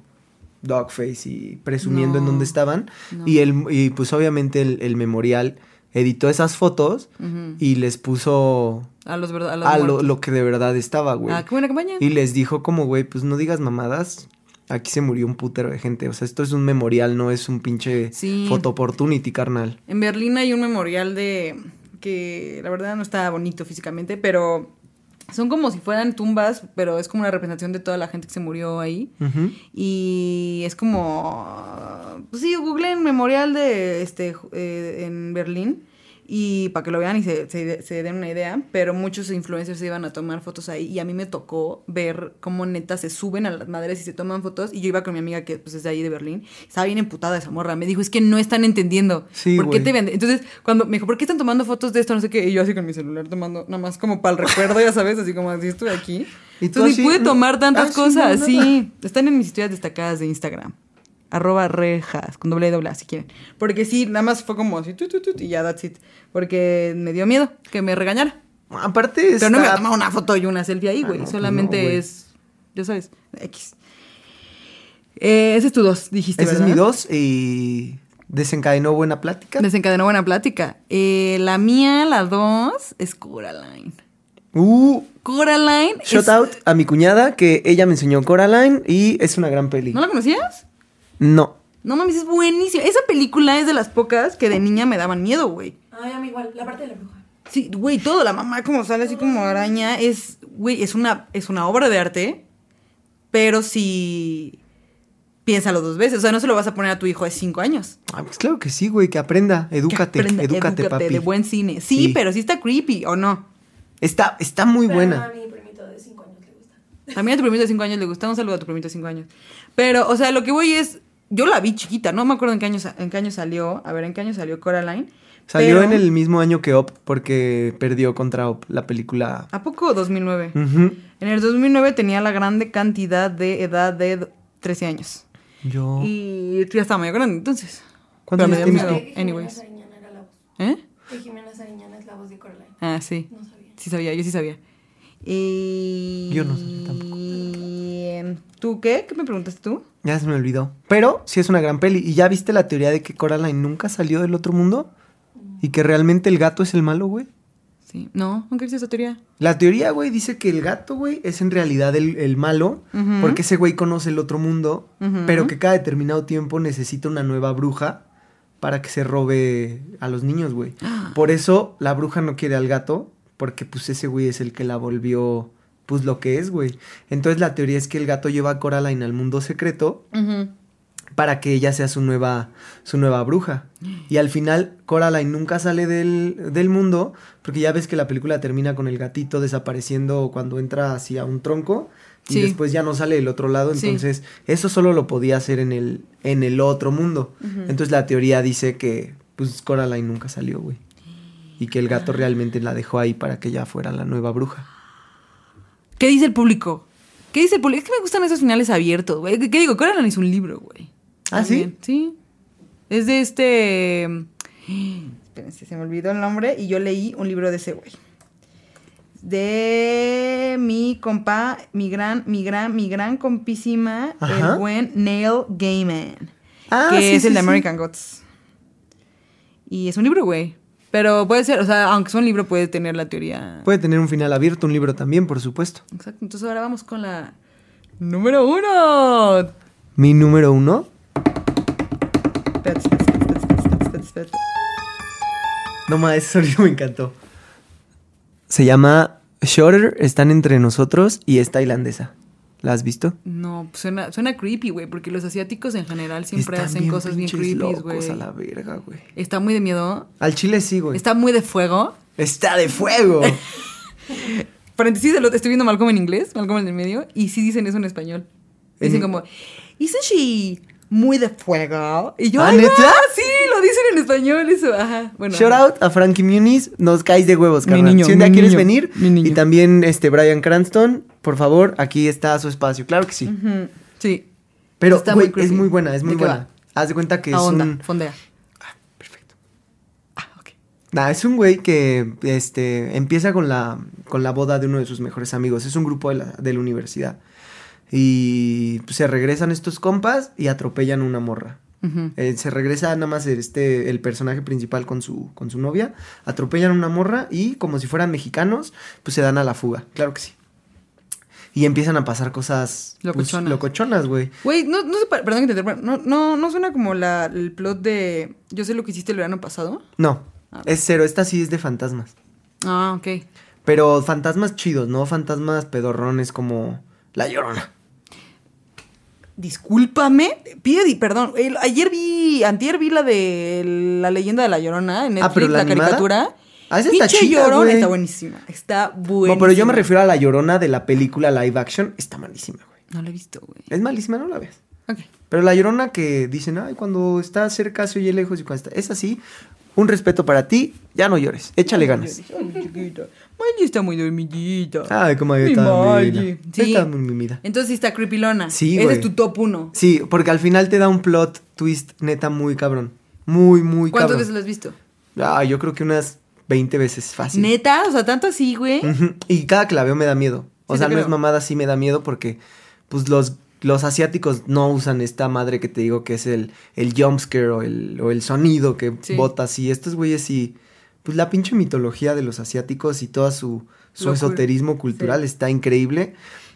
dogface y presumiendo en No, dónde estaban? no. Y, el, y pues obviamente el, el memorial editó esas fotos Ujú. y les puso A los verdad. Mm. A, los a lo, muertos. lo que de verdad estaba, güey. Ah, qué buena campaña. Y les dijo como, güey, pues no digas mamadas. Aquí se murió un putero de gente. O sea, esto es un memorial, no es un pinche Sí. photo opportunity, carnal. En Berlín hay un memorial de que la verdad no está bonito físicamente, pero Son como si fueran tumbas, pero es como una representación de toda la gente que se murió ahí. Ujú. Y es como. pues sí, googleen memorial de este ju- eh, en Berlín. Y para que lo vean y se, se- se den una idea, pero muchos influencers se iban a tomar fotos ahí y a mí me tocó ver cómo neta se suben a las madres y se toman fotos y yo iba con mi amiga que pues, es de ahí de Berlín, estaba bien emputada esa morra, me dijo, es que no están entendiendo, Sí, ¿por qué güey. te venden? Entonces, cuando me dijo, ¿por qué están tomando fotos de esto? No sé qué, y yo así con mi celular tomando, nada más como para el recuerdo, ya sabes, así como así estuve aquí. Y tú Entonces, así, ni pude mm, tomar tantas ah, sí, cosas, no, sí. nada. Están en mis historias destacadas de Instagram. Arroba rejas, con doble doble, A, si quieren. Porque sí, nada más fue como así, tut, tut, tut, y ya, that's it. Porque me dio miedo que me regañara. Aparte Pero no me está- va a tomar una foto y una selfie ahí, Ah, güey. no, pues Solamente no, güey. es, ya sabes, X. Eh, ese es tu dos, dijiste, Ese es ¿verdad? mi dos y desencadenó buena plática. Desencadenó buena plática. Eh, la mía, la dos, es Coraline. Uh, Coraline es- shout out a mi cuñada que ella me enseñó Coraline y es una gran peli. ¿No la conocías? No. No mames, es buenísima. Esa película es de las pocas que de niña me daban miedo, güey. Ay, a mí igual, la parte de la bruja. Sí, güey, todo, la mamá como sale así como araña, es, güey, es una, es una obra de arte, pero si piénsalo dos veces, o sea, no se lo vas a poner a tu hijo de cinco años. Ah, pues claro que sí, güey, que aprenda, Que edúcate, aprenda, edúcate, papi. de buen cine. Sí, Sí. pero sí está creepy, ¿o no? Está, está muy Pero no, buena. a mi primito de 5 años le gusta. También a tu primito de cinco años le gusta, un saludo a tu primito de cinco años. Pero, o sea, lo que voy es, yo la vi chiquita, no me acuerdo en qué año, sa- en qué año salió, a ver, en qué año salió Coraline. Salió pero- en el mismo año que Op porque perdió contra Op la película. ¿A poco 2009? Ujú. En el 2009 tenía la grande cantidad de edad de 13 años. Yo. Y tú ya estaba mayor grande, entonces. Oh. ¿Cuántos Pero años me tienes dio tú? Sabía miedo. que Jimena anyways. Sariñana era la voz. ¿Eh? Que Jimena Sariñana es la voz de Coraline. Ah, sí. No sabía. Sí sabía, yo sí sabía. Y... Yo no sabía tampoco. Y- ¿Tú qué? ¿Qué me preguntaste tú? Ya se me olvidó. Pero sí es una gran peli. ¿Y ya viste la teoría de que Coraline nunca salió del otro mundo? ¿Y que realmente el gato es el malo, güey? Sí. No, nunca hice esa teoría. La teoría, güey, dice que el gato, güey, es en realidad el, el malo, Ujú. porque ese güey conoce el otro mundo, Ujú. pero que cada determinado tiempo necesita una nueva bruja para que se robe a los (gasps) niños, güey. Por eso la bruja no quiere al gato, porque pues ese güey es el que la volvió, pues lo que es, güey. Entonces la teoría es que el gato lleva a Coraline al mundo secreto para que ella sea su nueva, su nueva bruja. Y al final, Coraline nunca sale del, del mundo, porque ya ves que la película termina con el gatito desapareciendo cuando entra hacia un tronco y Sí. después ya no sale del otro lado. Sí. Entonces, eso solo lo podía hacer en el, en el otro mundo. Entonces, la teoría dice que pues Coraline nunca salió, güey. Y que el gato Ah. realmente la dejó ahí para que ella fuera la nueva bruja. ¿Qué dice el público? ¿Qué dice el público? Es que me gustan esos finales abiertos, güey. ¿Qué, qué digo? Coraline es un libro, güey. ¿Ah, sí? También, Sí. Es de este... (gasps) Espérense, se me olvidó el nombre y yo leí un libro de ese güey. De mi compa, mi gran, mi gran, mi gran compísima, Ajá. el buen Neil Gaiman. Ah, que sí, es sí, el de sí. American Gods. Y es un libro, güey. Pero puede ser, o sea, aunque sea un libro, puede tener la teoría. Puede tener un final abierto, un libro también, por supuesto. Exacto, entonces ahora vamos con la número uno. Mi número uno. Espérate, espérate, espérate, espérate, espérate, espérate. No más, ese sonido me encantó. Se llama Shorter, están entre nosotros y es tailandesa. ¿La has visto? No, suena, suena creepy, güey, porque los asiáticos en general siempre Están hacen cosas bien pinches creepy, güey. locos a la verga, güey. Está muy de miedo, Al chile sí, güey. Está, está muy de fuego. de (laughs) fuego. Paréntesis, del otro- estoy viendo Malcolm en inglés, Malcolm en el medio, y sí dicen eso en español. Dicen En- como, ¿isn't she muy de fuego? Y yo, ¿Ah, ¡ay, neta? va! Sí, lo dicen en español, eso, ajá. Bueno, Shout ajá. out a Frankie Muniz, nos caes de huevos, Mi carnal. niño, si un día mi quieres niño, venir mi niño. y también este Brian Cranston, por favor, aquí está su espacio. Claro que sí. Ujú, Sí. Pero Está güey, muy creepy. es muy buena, es ¿De muy qué buena. Haz de cuenta que es Ahonda, un fondea. perfecto. Ah, ok. Nah, es un güey que este, empieza con la, con la boda de uno de sus mejores amigos. Es un grupo de la, de la universidad. Y pues, se regresan estos compas y atropellan una morra. Ujú. Eh, se regresa nada más este, el personaje principal con su, con su novia. Atropellan una morra y como si fueran mexicanos, pues se dan a la fuga. Claro que sí. Y empiezan a pasar cosas pues, Locochonas. locochonas, güey. Güey, no, no sé, pa- perdón que te interrumpa, no, no, no suena como la, el plot de Yo sé lo que hiciste el verano pasado. No, Ah. es cero. Esta sí es de fantasmas. Ah, ok. Pero fantasmas chidos, ¿no? Fantasmas pedorrones como La Llorona. Discúlpame, pide di- perdón. El- ayer vi, antier vi la de la leyenda de la llorona en Netflix, Ah, pero la, ¿la animada? caricatura. Ah, esa está Pinche chida, llorona güey. está buenísima. Está buenísima. No, pero yo me refiero a La Llorona de la película live action. Está malísima, güey. No la he visto, güey. Es malísima, no la ves. Ok. Pero La Llorona que dicen, ay, cuando está cerca se oye lejos y cuando está... Es así. Un respeto para ti. Ya no llores. Échale ganas. Ay, chiquita. Maggie está muy dormidita. Ay, como Mi yo también. Maggie. Sí. Está muy mimida. Entonces sí está creepilona. Sí, Ese güey. es tu top 1. Sí, porque al final te da un plot twist neta muy cabrón. Muy, muy ¿Cuántas cabrón. veces lo has visto? Ah, yo creo que unas 20 veces fácil. Neta, o sea, tanto así, güey. Ujú, Y cada que la veo me da miedo. O Sí, sea, te no es creo. mamada, sí me da miedo porque pues los, los asiáticos no usan esta madre que te digo que es el, el jumpscare o el, o el sonido que Sí. bota así. Estos güeyes sí. Pues la pinche mitología de los asiáticos y toda su, su Locura. esoterismo cultural Sí. está increíble.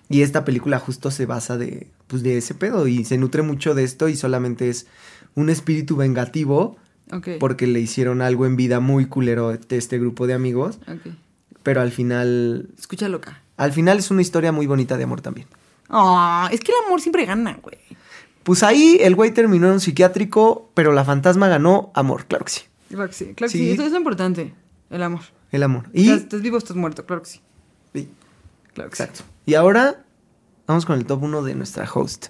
Y esta película justo se basa de, pues, de ese pedo y se nutre mucho de esto y solamente es un espíritu vengativo Ok. porque le hicieron algo en vida muy culero de este grupo de amigos. Ok. Pero al final Escucha loca. al final es una historia muy bonita de amor también. Ah, es que el amor siempre gana, güey. Pues ahí el güey terminó en un psiquiátrico, pero la fantasma ganó amor, claro que sí. Claro que sí, claro que Sí. sí. Eso es lo importante. El amor. El amor. Y, Estás, estás vivo, estás muerto, claro que sí. y- Claro que sí. exacto. Y ahora vamos con el top 1 de nuestra host,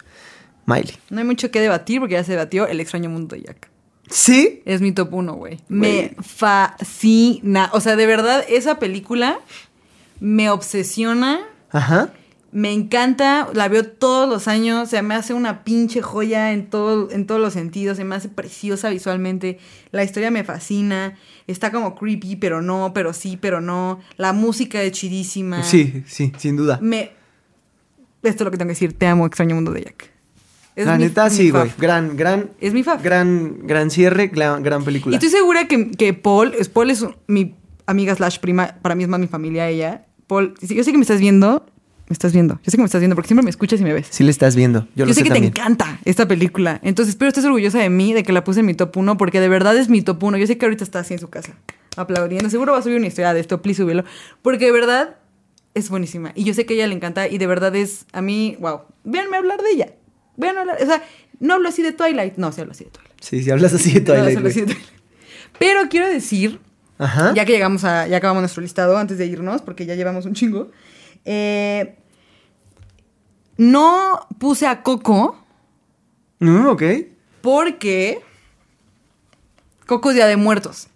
Miley. No hay mucho que debatir porque ya se debatió el extraño mundo de Jack. Sí, Es mi top 1, güey. Güey. Me fascina. O sea, de verdad, esa película me obsesiona. ajá. Me encanta, la veo todos los años, se me hace una pinche joya en, todo, en todos los sentidos, se me hace preciosa visualmente, la historia me fascina, está como creepy, pero no, pero sí, pero no, la música es chidísima. Sí, sí, sin duda. Me... Esto es lo que tengo que decir, te amo, extraño mundo de Jack. Es la mi- neta, mi sí, fav. güey. Gran, gran, Es mi fav. gran, gran cierre, gran, gran Y película. estoy segura que, que Paul, es- Paul es mi amiga slash prima, para mí es más mi familia ella. Paul, si- yo sé que me estás viendo, me estás viendo, yo sé que me estás viendo porque siempre me escuchas y me ves. Sí le estás viendo. Yo, Yo, lo sé, sé, que también. te encanta esta película. Entonces, espero estés orgullosa de mí, de que la puse en mi top 1, porque de verdad es mi top 1. Yo sé que ahorita está así en su casa, aplaudiendo. Seguro va a subir una historia de esto, please súbelo. Porque de verdad es buenísima. Y yo sé que a ella le encanta y de verdad es, a mí, wow. Véanme hablar de ella. Véanme hablar. O sea, no hablo así de Twilight. No, sí hablo así de Twilight. Sí, si hablas así (laughs) No, de sí Twilight, hablo así güey. ¿Ah? de Twilight. Pero quiero decir Ajá. ya que llegamos a. Ya acabamos nuestro listado antes de irnos, porque ya llevamos un chingo. Eh, no puse a Coco Mm, ok. porque. Coco es Día de Muertos.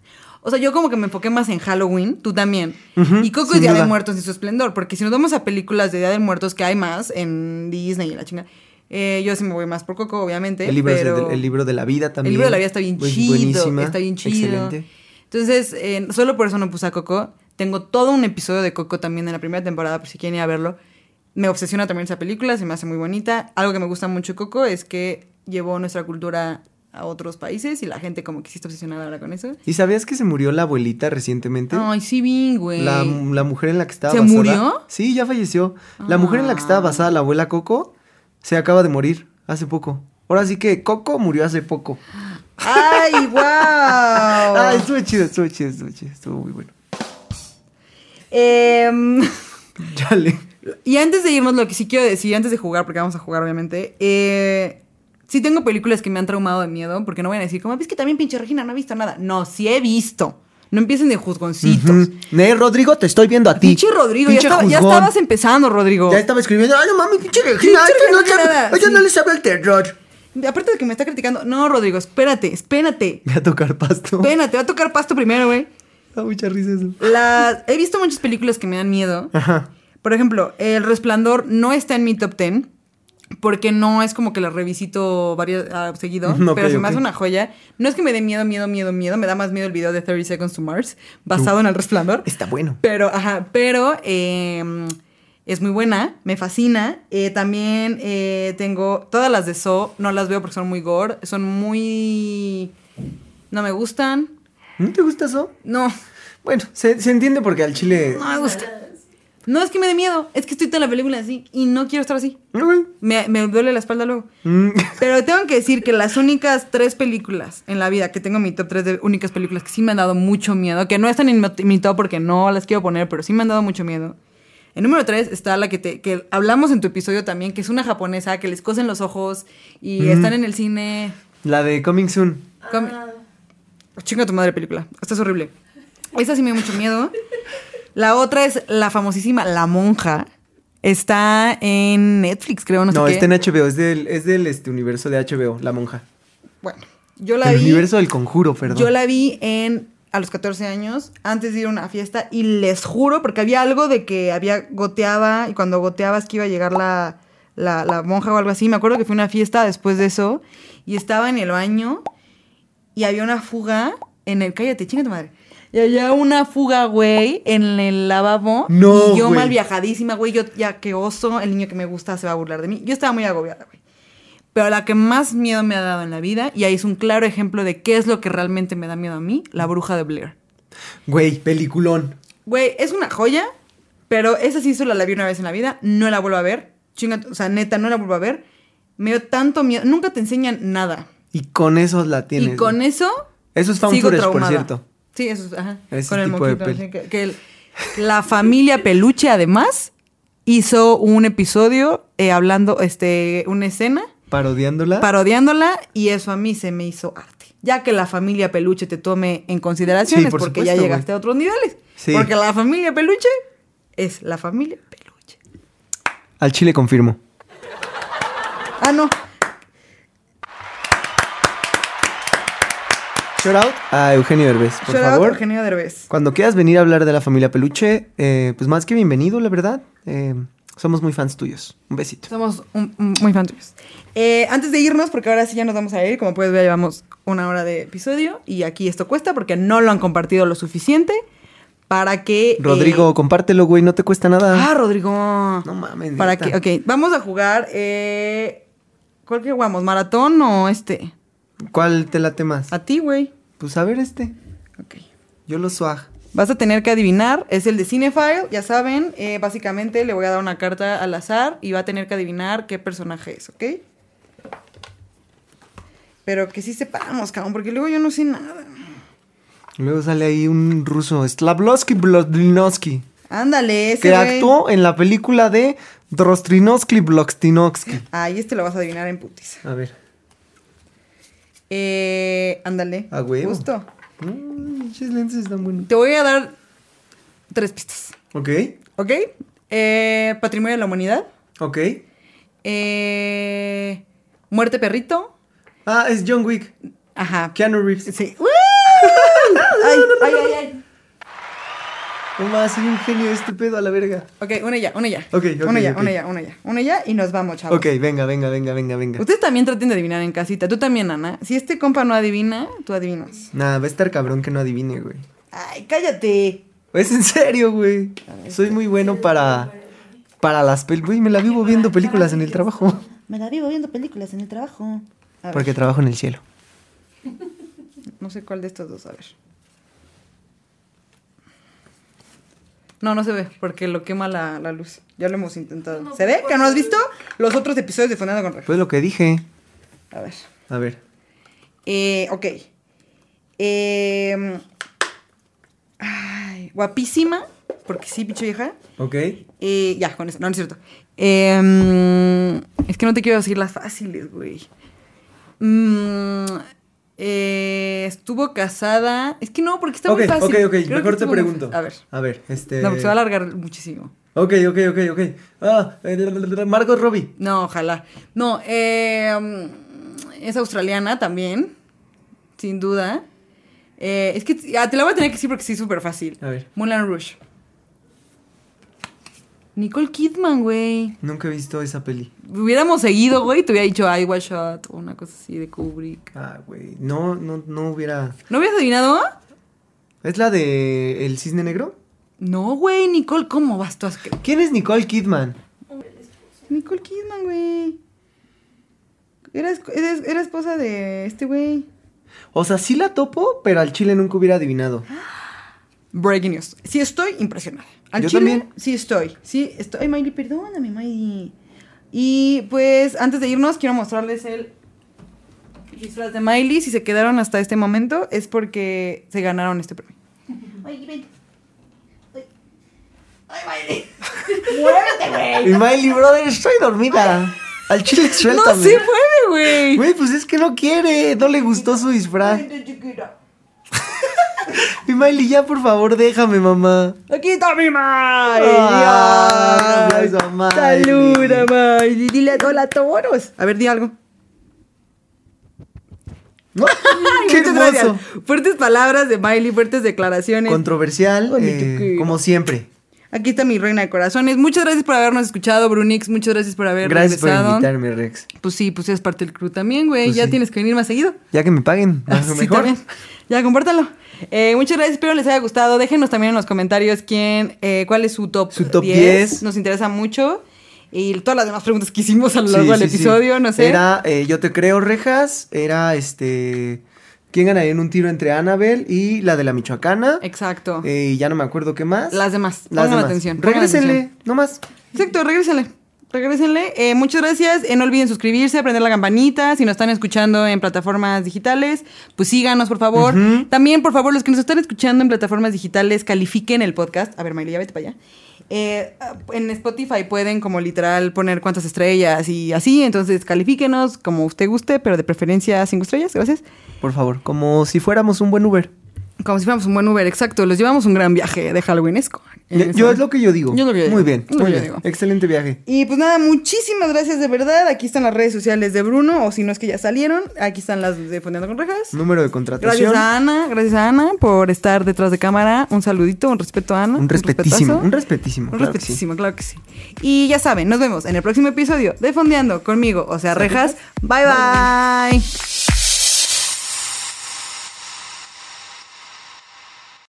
O sea, yo como que me enfoqué más en Halloween, tú también. Ujú, y Coco sin es Día duda. de Muertos en su esplendor, porque si nos vamos a películas de Día de Muertos que hay más en Disney y la chinga, eh, yo sí me voy más por Coco, obviamente. El libro, es pero... de, el libro de la vida también. El libro de la vida está bien Buen- chido. buenísima, Está bien chido. Excelente. Entonces, eh, solo por eso no puse a Coco. Tengo todo un episodio de Coco también en la primera temporada, por si quieren ir a verlo. Me obsesiona también esa película, se me hace muy bonita. Algo que me gusta mucho de Coco es que llevó nuestra cultura a otros países y la gente como que sí está obsesionada ahora con eso. ¿Y sabías que se murió la abuelita recientemente? Ay, sí, bien, güey. la, la mujer en la que estaba ¿Se basada. murió? Ah. Sí, ya falleció. La mujer en la que estaba basada, la abuela Coco, se acaba de morir hace poco. Ahora sí que Coco murió hace poco. ¡Ay, (laughs) wow! Ah, estuvo chido, estuvo chido, estuvo chido, estuvo muy bueno. Em, (laughs) Chale. Y antes de irnos, lo que sí quiero decir, antes de jugar, porque vamos a jugar obviamente, eh, sí tengo películas que me han traumado de miedo, porque no voy a decir, como, es que también pinche Regina no ha visto nada. No, sí he visto. No empiecen de juzgoncitos. Ujú. Ne, Rodrigo, te estoy viendo a ti. Pinche Rodrigo, ya, Pinche estaba- ya juzgón. estabas empezando, Rodrigo. Ya estaba escribiendo. Ay, no mami, pinche Regina. Pinche ella no, Regina sabe- nada, ella sí. no le sabe el terror. Aparte de que me está criticando. No, Rodrigo, espérate, espérate. Voy a tocar pasto. Espérate, va a tocar pasto primero, güey. Da mucha risa eso. Las- He visto muchas películas que me dan miedo. Ajá. Por ejemplo, El Resplandor no está en mi top 10 porque no es como que la revisito varias ah, seguido, Mm, (laughs) ok, pero se ok. me hace una joya. No es que me dé miedo, miedo, miedo, miedo, me da más miedo el video de 30 Seconds to Mars basado en El Resplandor. Está bueno. Pero, ajá, pero eh, es muy buena, me fascina. Eh, también eh, tengo todas las de So, no las veo porque son muy gore, son muy... no me gustan. ¿No te gusta eso? No, Bueno, se, se entiende porque al chile. no me gusta. No es que me dé miedo, es que estoy toda la película así y no quiero estar así. Me, me duele la espalda luego. Mm. Pero tengo que decir que las únicas tres películas en la vida que tengo en mi top 3 de únicas películas que sí me han dado mucho miedo, que no están en mi- mi top porque no las quiero poner, pero sí me han dado mucho miedo. En número 3 está la que, te, que hablamos en tu episodio también, que es una japonesa que les cosen los ojos Mm. y están en el cine. La de Coming Soon. Com- Ah, Chinga tu madre película. Esta es horrible. Esta sí me dio mucho miedo. La otra es la famosísima La Monja. Está en Netflix, creo, no sé No, qué. está en HBO, es del, es del este, universo de HBO, La Monja. Bueno, yo la El vi. universo del conjuro, perdón. Yo la vi en a los 14 años, antes de ir a una fiesta, y les juro, porque había algo de que había goteaba, y cuando goteabas que iba a llegar la, la, la monja o algo así. Me acuerdo que fue una fiesta después de eso, y estaba en el baño, y había una fuga en el. Cállate, chinga tu madre. Y había una fuga, güey, en el lavabo. No, Y yo güey. mal viajadísima, güey. Yo, ya que oso, el niño que me gusta se va a burlar de mí. Yo estaba muy agobiada, güey. Pero la que más miedo me ha dado en la vida, y ahí es un claro ejemplo de qué es lo que realmente me da miedo a mí, la bruja de Blair. Güey, peliculón. Güey, es una joya, pero esa sí solo la vi una vez en la vida, no la vuelvo a ver. Chinga, o sea, neta, no la vuelvo a ver. Me dio tanto miedo, nunca te enseñan nada. Y con esos la y tienes. con güey. eso. Eso es found sigo footage, por traumada. cierto. Sí, eso es, ajá. Ese con el tipo de moquito, peli. así que, que el- la familia Peluche, además, hizo un episodio eh, hablando, este, una escena Parodiándola. parodiándola y eso a mí se me hizo arte. Ya que la familia peluche te tome en consideración Sí, es por porque supuesto, ya güey. llegaste a otros niveles. Sí. Porque la familia peluche es la familia peluche. Al chile confirmo. Ah, no. Shout out a Eugenio Derbez, por Shout out favor. Eugenio Derbez. Cuando quieras venir a hablar de la familia Peluche, eh, pues más que bienvenido, la verdad. Eh, somos muy fans tuyos. Un besito. Somos un- un- muy fan tuyos. Eh, antes de irnos, porque ahora sí ya nos vamos a ir, como puedes ver, llevamos una hora de episodio y aquí esto cuesta porque no lo han compartido lo suficiente para que... eh, Rodrigo, compártelo, güey, no te cuesta nada. Ah, Rodrigo. No mames, Para neta. que, ok, vamos a jugar. Eh, ¿Cuál que jugamos? ¿Maratón o este? ¿Cuál te late más? A ti, güey. Pues a ver este. Ok. Yo lo swag. Vas a tener que adivinar. Es el de Cinefile, ya saben. eh, básicamente le voy a dar una carta al azar y va a tener que adivinar qué personaje es, ¿ok? Pero que sí sepamos, cabrón, porque luego yo no sé nada. Luego sale ahí un ruso, Slavlovsky Blodlinovsky, Ándale, ese que güey. actuó en la película de Drostrinovsky Blokstinovsky. Ay, este lo vas a adivinar en putis. A ver. Eh, ándale. A huevo. Justo. Mm, Pinches lentes están buenos. Te voy a dar tres pistas. Ok, ¿Ok? Eh, patrimonio de la humanidad. ok. Eh, muerte perrito. Ah, es John Wick. Ajá. Keanu Reeves. Sí. ¡Woo! (laughs) Ay, ay, ay, ay. No más, soy un genio de este pedo a la verga. Ok, una ya, una ya. Ok, ok, Una ya, ok. una ya, una ya. Una ya y nos vamos, chavos. Ok, venga, venga, venga, venga, venga. Ustedes también traten de adivinar en casita. Tú también, Ana. Si este compa no adivina, tú adivinas. Nah, va a estar cabrón que no adivine, güey. Ay, cállate. Es en serio, güey. Ah, Soy muy bueno para. Para las películas. Güey, me la vivo Ah, viendo películas en el trabajo. Me la vivo viendo películas en el trabajo. A ver, Porque trabajo en el cielo. no sé cuál de estos dos, a ver. No, no se ve, porque lo quema la, la luz. Ya lo hemos intentado. No, ¿Se ve? por ¿Que no has favor. visto los otros episodios de Fonando con Reja? Pues lo que dije. A ver. A ver. Eh, ok. Em, ay, guapísima, porque sí, pinche vieja. Ok. Eh, ya, con eso. No, no es cierto. Em, es que no te quiero decir las fáciles, güey. Mm, eh, estuvo casada. Es que no, porque está muy ok, fácil. ok, Creo ok. que Mejor te estuvo muy pregunto. fácil. A ver. A ver, este. No, porque se va a alargar muchísimo. Ok, ok, ok, ok. Ah, eh, la, la, la, la, Margot Robbie. No, ojalá. No, em, es australiana también, sin duda. Eh, es que ah, te la voy a tener que decir porque sí es súper fácil. A ver. Mulan Rouge. Nicole Kidman, güey. Nunca he visto esa peli. Hubiéramos seguido, güey, te hubiera dicho I Watch Shot o una cosa así de Kubrick. Ah, güey. No, no, no hubiera. ¿No hubieras adivinado? ah? ¿Es la de El Cisne Negro? No, güey, Nicole, ¿cómo vas tú a cre- ¿Quién es Nicole Kidman? Nicole Kidman, güey. Era, esp- era es- era esposa de este güey. O sea, sí la topo, pero al chile nunca hubiera adivinado. Breaking news. Sí estoy impresionada. Al Yo chile, también. Sí estoy. Sí estoy. Ay, Miley, perdóname, Miley. Y pues antes de irnos quiero mostrarles el disfraz de Miley. Si se quedaron hasta este momento es porque se ganaron este premio. (laughs) Y Miley, brother, estoy dormida. Al chile (laughs) No suéltame. se mueve, güey. Güey, pues es que no quiere. No le gustó su disfraz. Y Miley, ya por favor, déjame, mamá. Aquí está mi Miley. Ah, Ay, un aplauso a Miley. Saluda, Miley. Dile hola a todos. A ver, di algo. (laughs) No, qué Muchas gracias. hermoso. Fuertes palabras de Miley, fuertes declaraciones. Controversial, Ay, mi eh, chiquito. como siempre. Aquí está mi reina de corazones. Muchas gracias por habernos escuchado, Brunix. Muchas gracias por haber Gracias regresado. por invitarme, Rex. Pues sí, pues es parte del crew también, güey. Pues ya sí. tienes que venir más seguido. Ya que me paguen, más o Así mejor. Ah, también. Ya, compártalo. Eh, muchas gracias, espero les haya gustado. Déjenos también en los comentarios quién, eh, cuál es su top, Su top 10. Nos interesa mucho. Y todas las demás preguntas que hicimos a lo largo Sí, del sí, sí. episodio, no sé. Era eh, Yo te creo, Rejas. Era este. ¿Quién ganaría en un tiro entre Annabel y la de la Michoacana? Exacto. Eh, y ya no me acuerdo qué más. Las demás. Las Pongan demás. atención, pongan Regrésenle, atención. nomás. Exacto, regrésenle. Regrésenle. Eh, muchas gracias. Eh, no olviden suscribirse, prender la campanita. Si nos están escuchando en plataformas digitales, pues síganos, por favor. Ujú. También, por favor, los que nos están escuchando en plataformas digitales, califiquen el podcast. A ver, María, vete para allá. Eh, en Spotify pueden como literal poner cuántas estrellas y así, entonces califíquenos como usted guste, pero de preferencia cinco estrellas, gracias. Por favor, como si fuéramos un buen Uber. Como si fuéramos un buen Uber, exacto, los llevamos un gran viaje de Halloweenesco. Yo, yo es lo que yo digo. Yo es lo que yo Muy digo. bien, Es lo muy que yo bien. digo. Excelente viaje. Y pues nada, muchísimas gracias de verdad. Aquí están las redes sociales de Bruno, o si no es que ya salieron, aquí están las de Fondeando con Rejas. Número de Gracias contratación. a Ana, gracias a Ana por estar detrás de cámara. Un saludito, un respeto a Ana. un respetísimo, respetazo. un respetísimo. Un claro que sí. respetísimo, claro que sí. Y ya saben, nos vemos en el próximo episodio de Fondeando conmigo, o sea, Rejas. bye. bye.